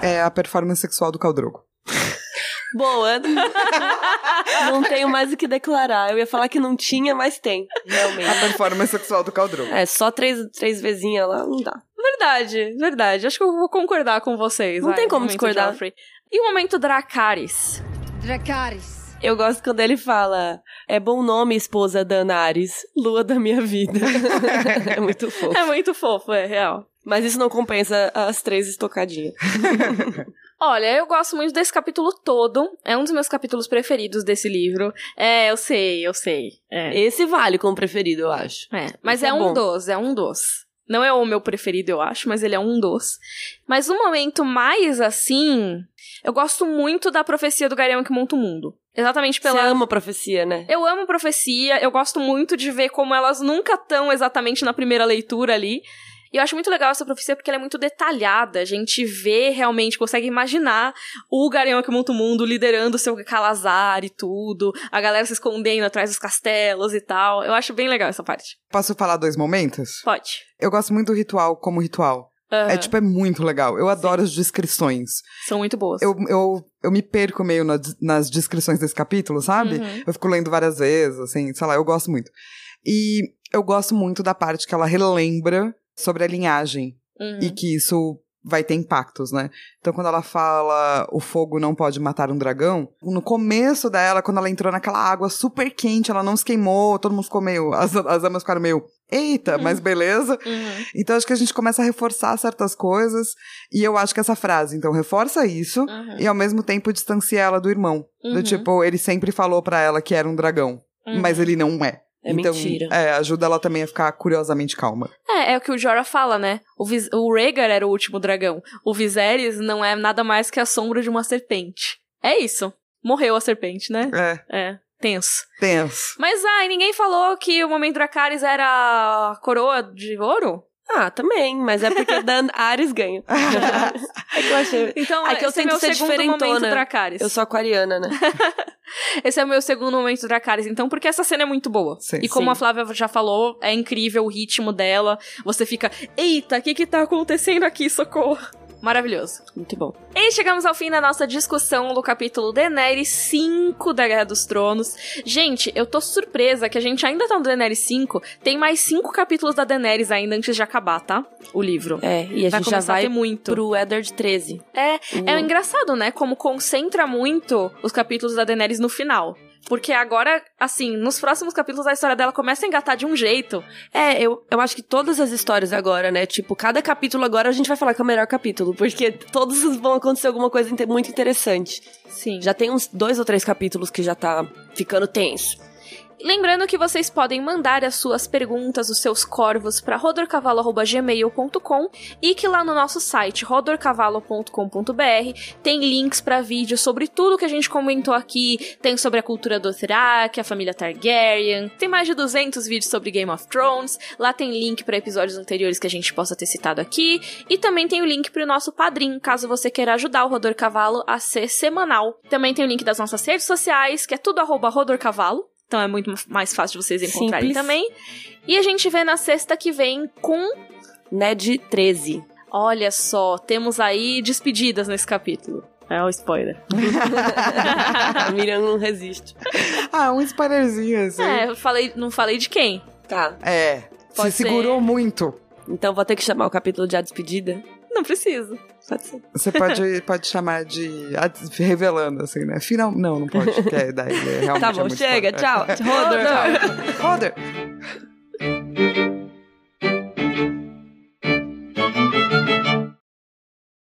[SPEAKER 3] É a performance sexual do Caldrogo.
[SPEAKER 2] Boa. não tenho mais o que declarar. Eu ia falar que não tinha, mas tem. Realmente.
[SPEAKER 3] A performance sexual do Caldrogo.
[SPEAKER 2] É, só três, três vezinhas lá, não dá.
[SPEAKER 1] Verdade, verdade. Acho que eu vou concordar com vocês.
[SPEAKER 2] Não
[SPEAKER 1] vai,
[SPEAKER 2] tem como
[SPEAKER 1] momento
[SPEAKER 2] discordar.
[SPEAKER 1] Joffrey. E o momento Dracarys?
[SPEAKER 4] Dracarys.
[SPEAKER 2] Eu gosto quando ele fala: É bom nome, esposa Danares, lua da minha vida. é muito fofo.
[SPEAKER 1] É muito fofo, é real.
[SPEAKER 2] Mas isso não compensa as três estocadinhas.
[SPEAKER 1] Olha, eu gosto muito desse capítulo todo. É um dos meus capítulos preferidos desse livro. É, eu sei, eu sei. É.
[SPEAKER 2] Esse vale como preferido, eu acho.
[SPEAKER 1] É, Mas
[SPEAKER 2] Isso
[SPEAKER 1] é,
[SPEAKER 2] é
[SPEAKER 1] um
[SPEAKER 2] bom.
[SPEAKER 1] dos, é um dos. Não é o meu preferido, eu acho, mas ele é um dos. Mas um momento mais assim. Eu gosto muito da profecia do Garião que monta o mundo. Exatamente
[SPEAKER 2] Você
[SPEAKER 1] pela.
[SPEAKER 2] ama a profecia, né?
[SPEAKER 1] Eu amo profecia, eu gosto muito de ver como elas nunca estão exatamente na primeira leitura ali. E eu acho muito legal essa profecia porque ela é muito detalhada. A gente vê realmente, consegue imaginar o Galeão que monta o mundo liderando o seu calazar e tudo, a galera se escondendo atrás dos castelos e tal. Eu acho bem legal essa parte.
[SPEAKER 3] Posso falar dois momentos?
[SPEAKER 1] Pode.
[SPEAKER 3] Eu gosto muito do ritual como ritual.
[SPEAKER 1] Aham.
[SPEAKER 3] É tipo, é muito legal. Eu adoro as descrições.
[SPEAKER 1] São muito boas.
[SPEAKER 3] Eu, eu, eu me perco meio na- nas descrições desse capítulo, sabe?
[SPEAKER 1] Uhum.
[SPEAKER 3] Eu fico lendo várias vezes, assim, sei lá, eu gosto muito. E eu gosto muito da parte que ela relembra sobre a linhagem
[SPEAKER 1] Uhum.
[SPEAKER 3] e que isso vai ter impactos, né? Então, quando ela fala o fogo não pode matar um dragão, no começo dela, quando ela entrou naquela água super quente, ela não se queimou, todo mundo ficou meio. As, as amas ficaram meio. Eita, mas beleza.
[SPEAKER 1] Uhum.
[SPEAKER 3] Então, acho que a gente começa a reforçar certas coisas. E eu acho que essa frase, então, reforça isso
[SPEAKER 1] Uhum.
[SPEAKER 3] e ao mesmo tempo distancia ela do irmão.
[SPEAKER 1] Uhum.
[SPEAKER 3] Do tipo, ele sempre falou pra ela que era um dragão,
[SPEAKER 1] Uhum.
[SPEAKER 3] mas ele não é.
[SPEAKER 2] É
[SPEAKER 3] então,
[SPEAKER 2] mentira.
[SPEAKER 3] é, ajuda ela também a ficar curiosamente calma.
[SPEAKER 1] É, é o que o Jorah fala, né? O, Vis o Rhaegar era o último dragão. O Viserys não é nada mais que a sombra de uma serpente. É isso. Morreu a serpente, né?
[SPEAKER 3] É,
[SPEAKER 1] É. Tenso.
[SPEAKER 3] tenso.
[SPEAKER 1] Mas, ai, ninguém falou que o Momento Dracarys era a coroa de ouro?
[SPEAKER 2] Ah, também, mas é porque Dan Ares ganha. é que eu achei.
[SPEAKER 1] Então,
[SPEAKER 2] É que eu
[SPEAKER 1] esse é
[SPEAKER 2] tento
[SPEAKER 1] meu
[SPEAKER 2] ser
[SPEAKER 1] segundo Momento
[SPEAKER 2] diferentona.
[SPEAKER 1] Dracarys.
[SPEAKER 2] Eu sou aquariana, né?
[SPEAKER 1] Esse é o meu segundo Momento Dracarys, então, porque essa cena é muito boa.
[SPEAKER 3] Sim.
[SPEAKER 1] e como
[SPEAKER 2] Sim.
[SPEAKER 1] a Flávia já falou, é incrível o ritmo dela. Você fica, eita, o que que tá acontecendo aqui, socorro? Maravilhoso.
[SPEAKER 2] Muito bom.
[SPEAKER 1] E chegamos ao fim da nossa discussão do capítulo Daenerys 5 da Guerra dos Tronos. Gente, eu tô surpresa que a gente ainda tá no Daenerys 5. Tem mais 5 capítulos da Daenerys ainda antes de acabar, tá? O livro.
[SPEAKER 2] É, e a
[SPEAKER 1] vai
[SPEAKER 2] gente já
[SPEAKER 1] começar a
[SPEAKER 2] vai um
[SPEAKER 1] ter muito.
[SPEAKER 2] pro Eddard 13.
[SPEAKER 1] É,
[SPEAKER 2] O-
[SPEAKER 1] é engraçado, né? Como concentra muito os capítulos da Daenerys no final. Porque agora, assim, nos próximos capítulos a história dela começa a engatar de um jeito.
[SPEAKER 2] É, eu, eu acho que todas as histórias agora, né? Tipo, cada capítulo agora a gente vai falar que é o melhor capítulo, porque todos vão acontecer alguma coisa inte- muito interessante.
[SPEAKER 1] Sim.
[SPEAKER 2] Já tem uns dois ou três capítulos que já tá ficando tenso.
[SPEAKER 1] Lembrando que vocês podem mandar as suas perguntas, os seus corvos para rodorcavalo@gmail.com e que lá no nosso site rodorcavalo.com.br tem links para vídeos sobre tudo que a gente comentou aqui, tem sobre a cultura do Dothraki, a família Targaryen, tem mais de 200 vídeos sobre Game of Thrones, lá tem link para episódios anteriores que a gente possa ter citado aqui e também tem o link para o nosso padrinho, caso você queira ajudar o Rodor Cavalo a ser semanal. Também tem o link das nossas redes sociais, que é tudo arroba Rodor Cavalo. Então é muito mais fácil de vocês encontrarem
[SPEAKER 2] Simples.
[SPEAKER 1] também. E a gente vê na sexta que vem com.
[SPEAKER 2] Ned 13.
[SPEAKER 1] Olha só, temos aí despedidas nesse capítulo. É o spoiler.
[SPEAKER 2] a Miriam não resiste.
[SPEAKER 3] ah, um spoilerzinho assim.
[SPEAKER 1] É, eu falei, não falei de quem.
[SPEAKER 2] Tá.
[SPEAKER 3] É.
[SPEAKER 1] Pode
[SPEAKER 3] se segurou
[SPEAKER 1] ser.
[SPEAKER 3] muito.
[SPEAKER 2] Então vou ter que chamar o capítulo de A Despedida?
[SPEAKER 1] Não preciso.
[SPEAKER 2] Pode ser.
[SPEAKER 3] Você pode, pode chamar de. a- revelando, assim, né? Final. Não, não pode. Porque é, daí, é, realmente
[SPEAKER 2] Tá
[SPEAKER 3] é
[SPEAKER 2] bom,
[SPEAKER 3] muito É.
[SPEAKER 2] chega.
[SPEAKER 3] spoiler.
[SPEAKER 2] Tchau. Rodor.
[SPEAKER 3] Rodor.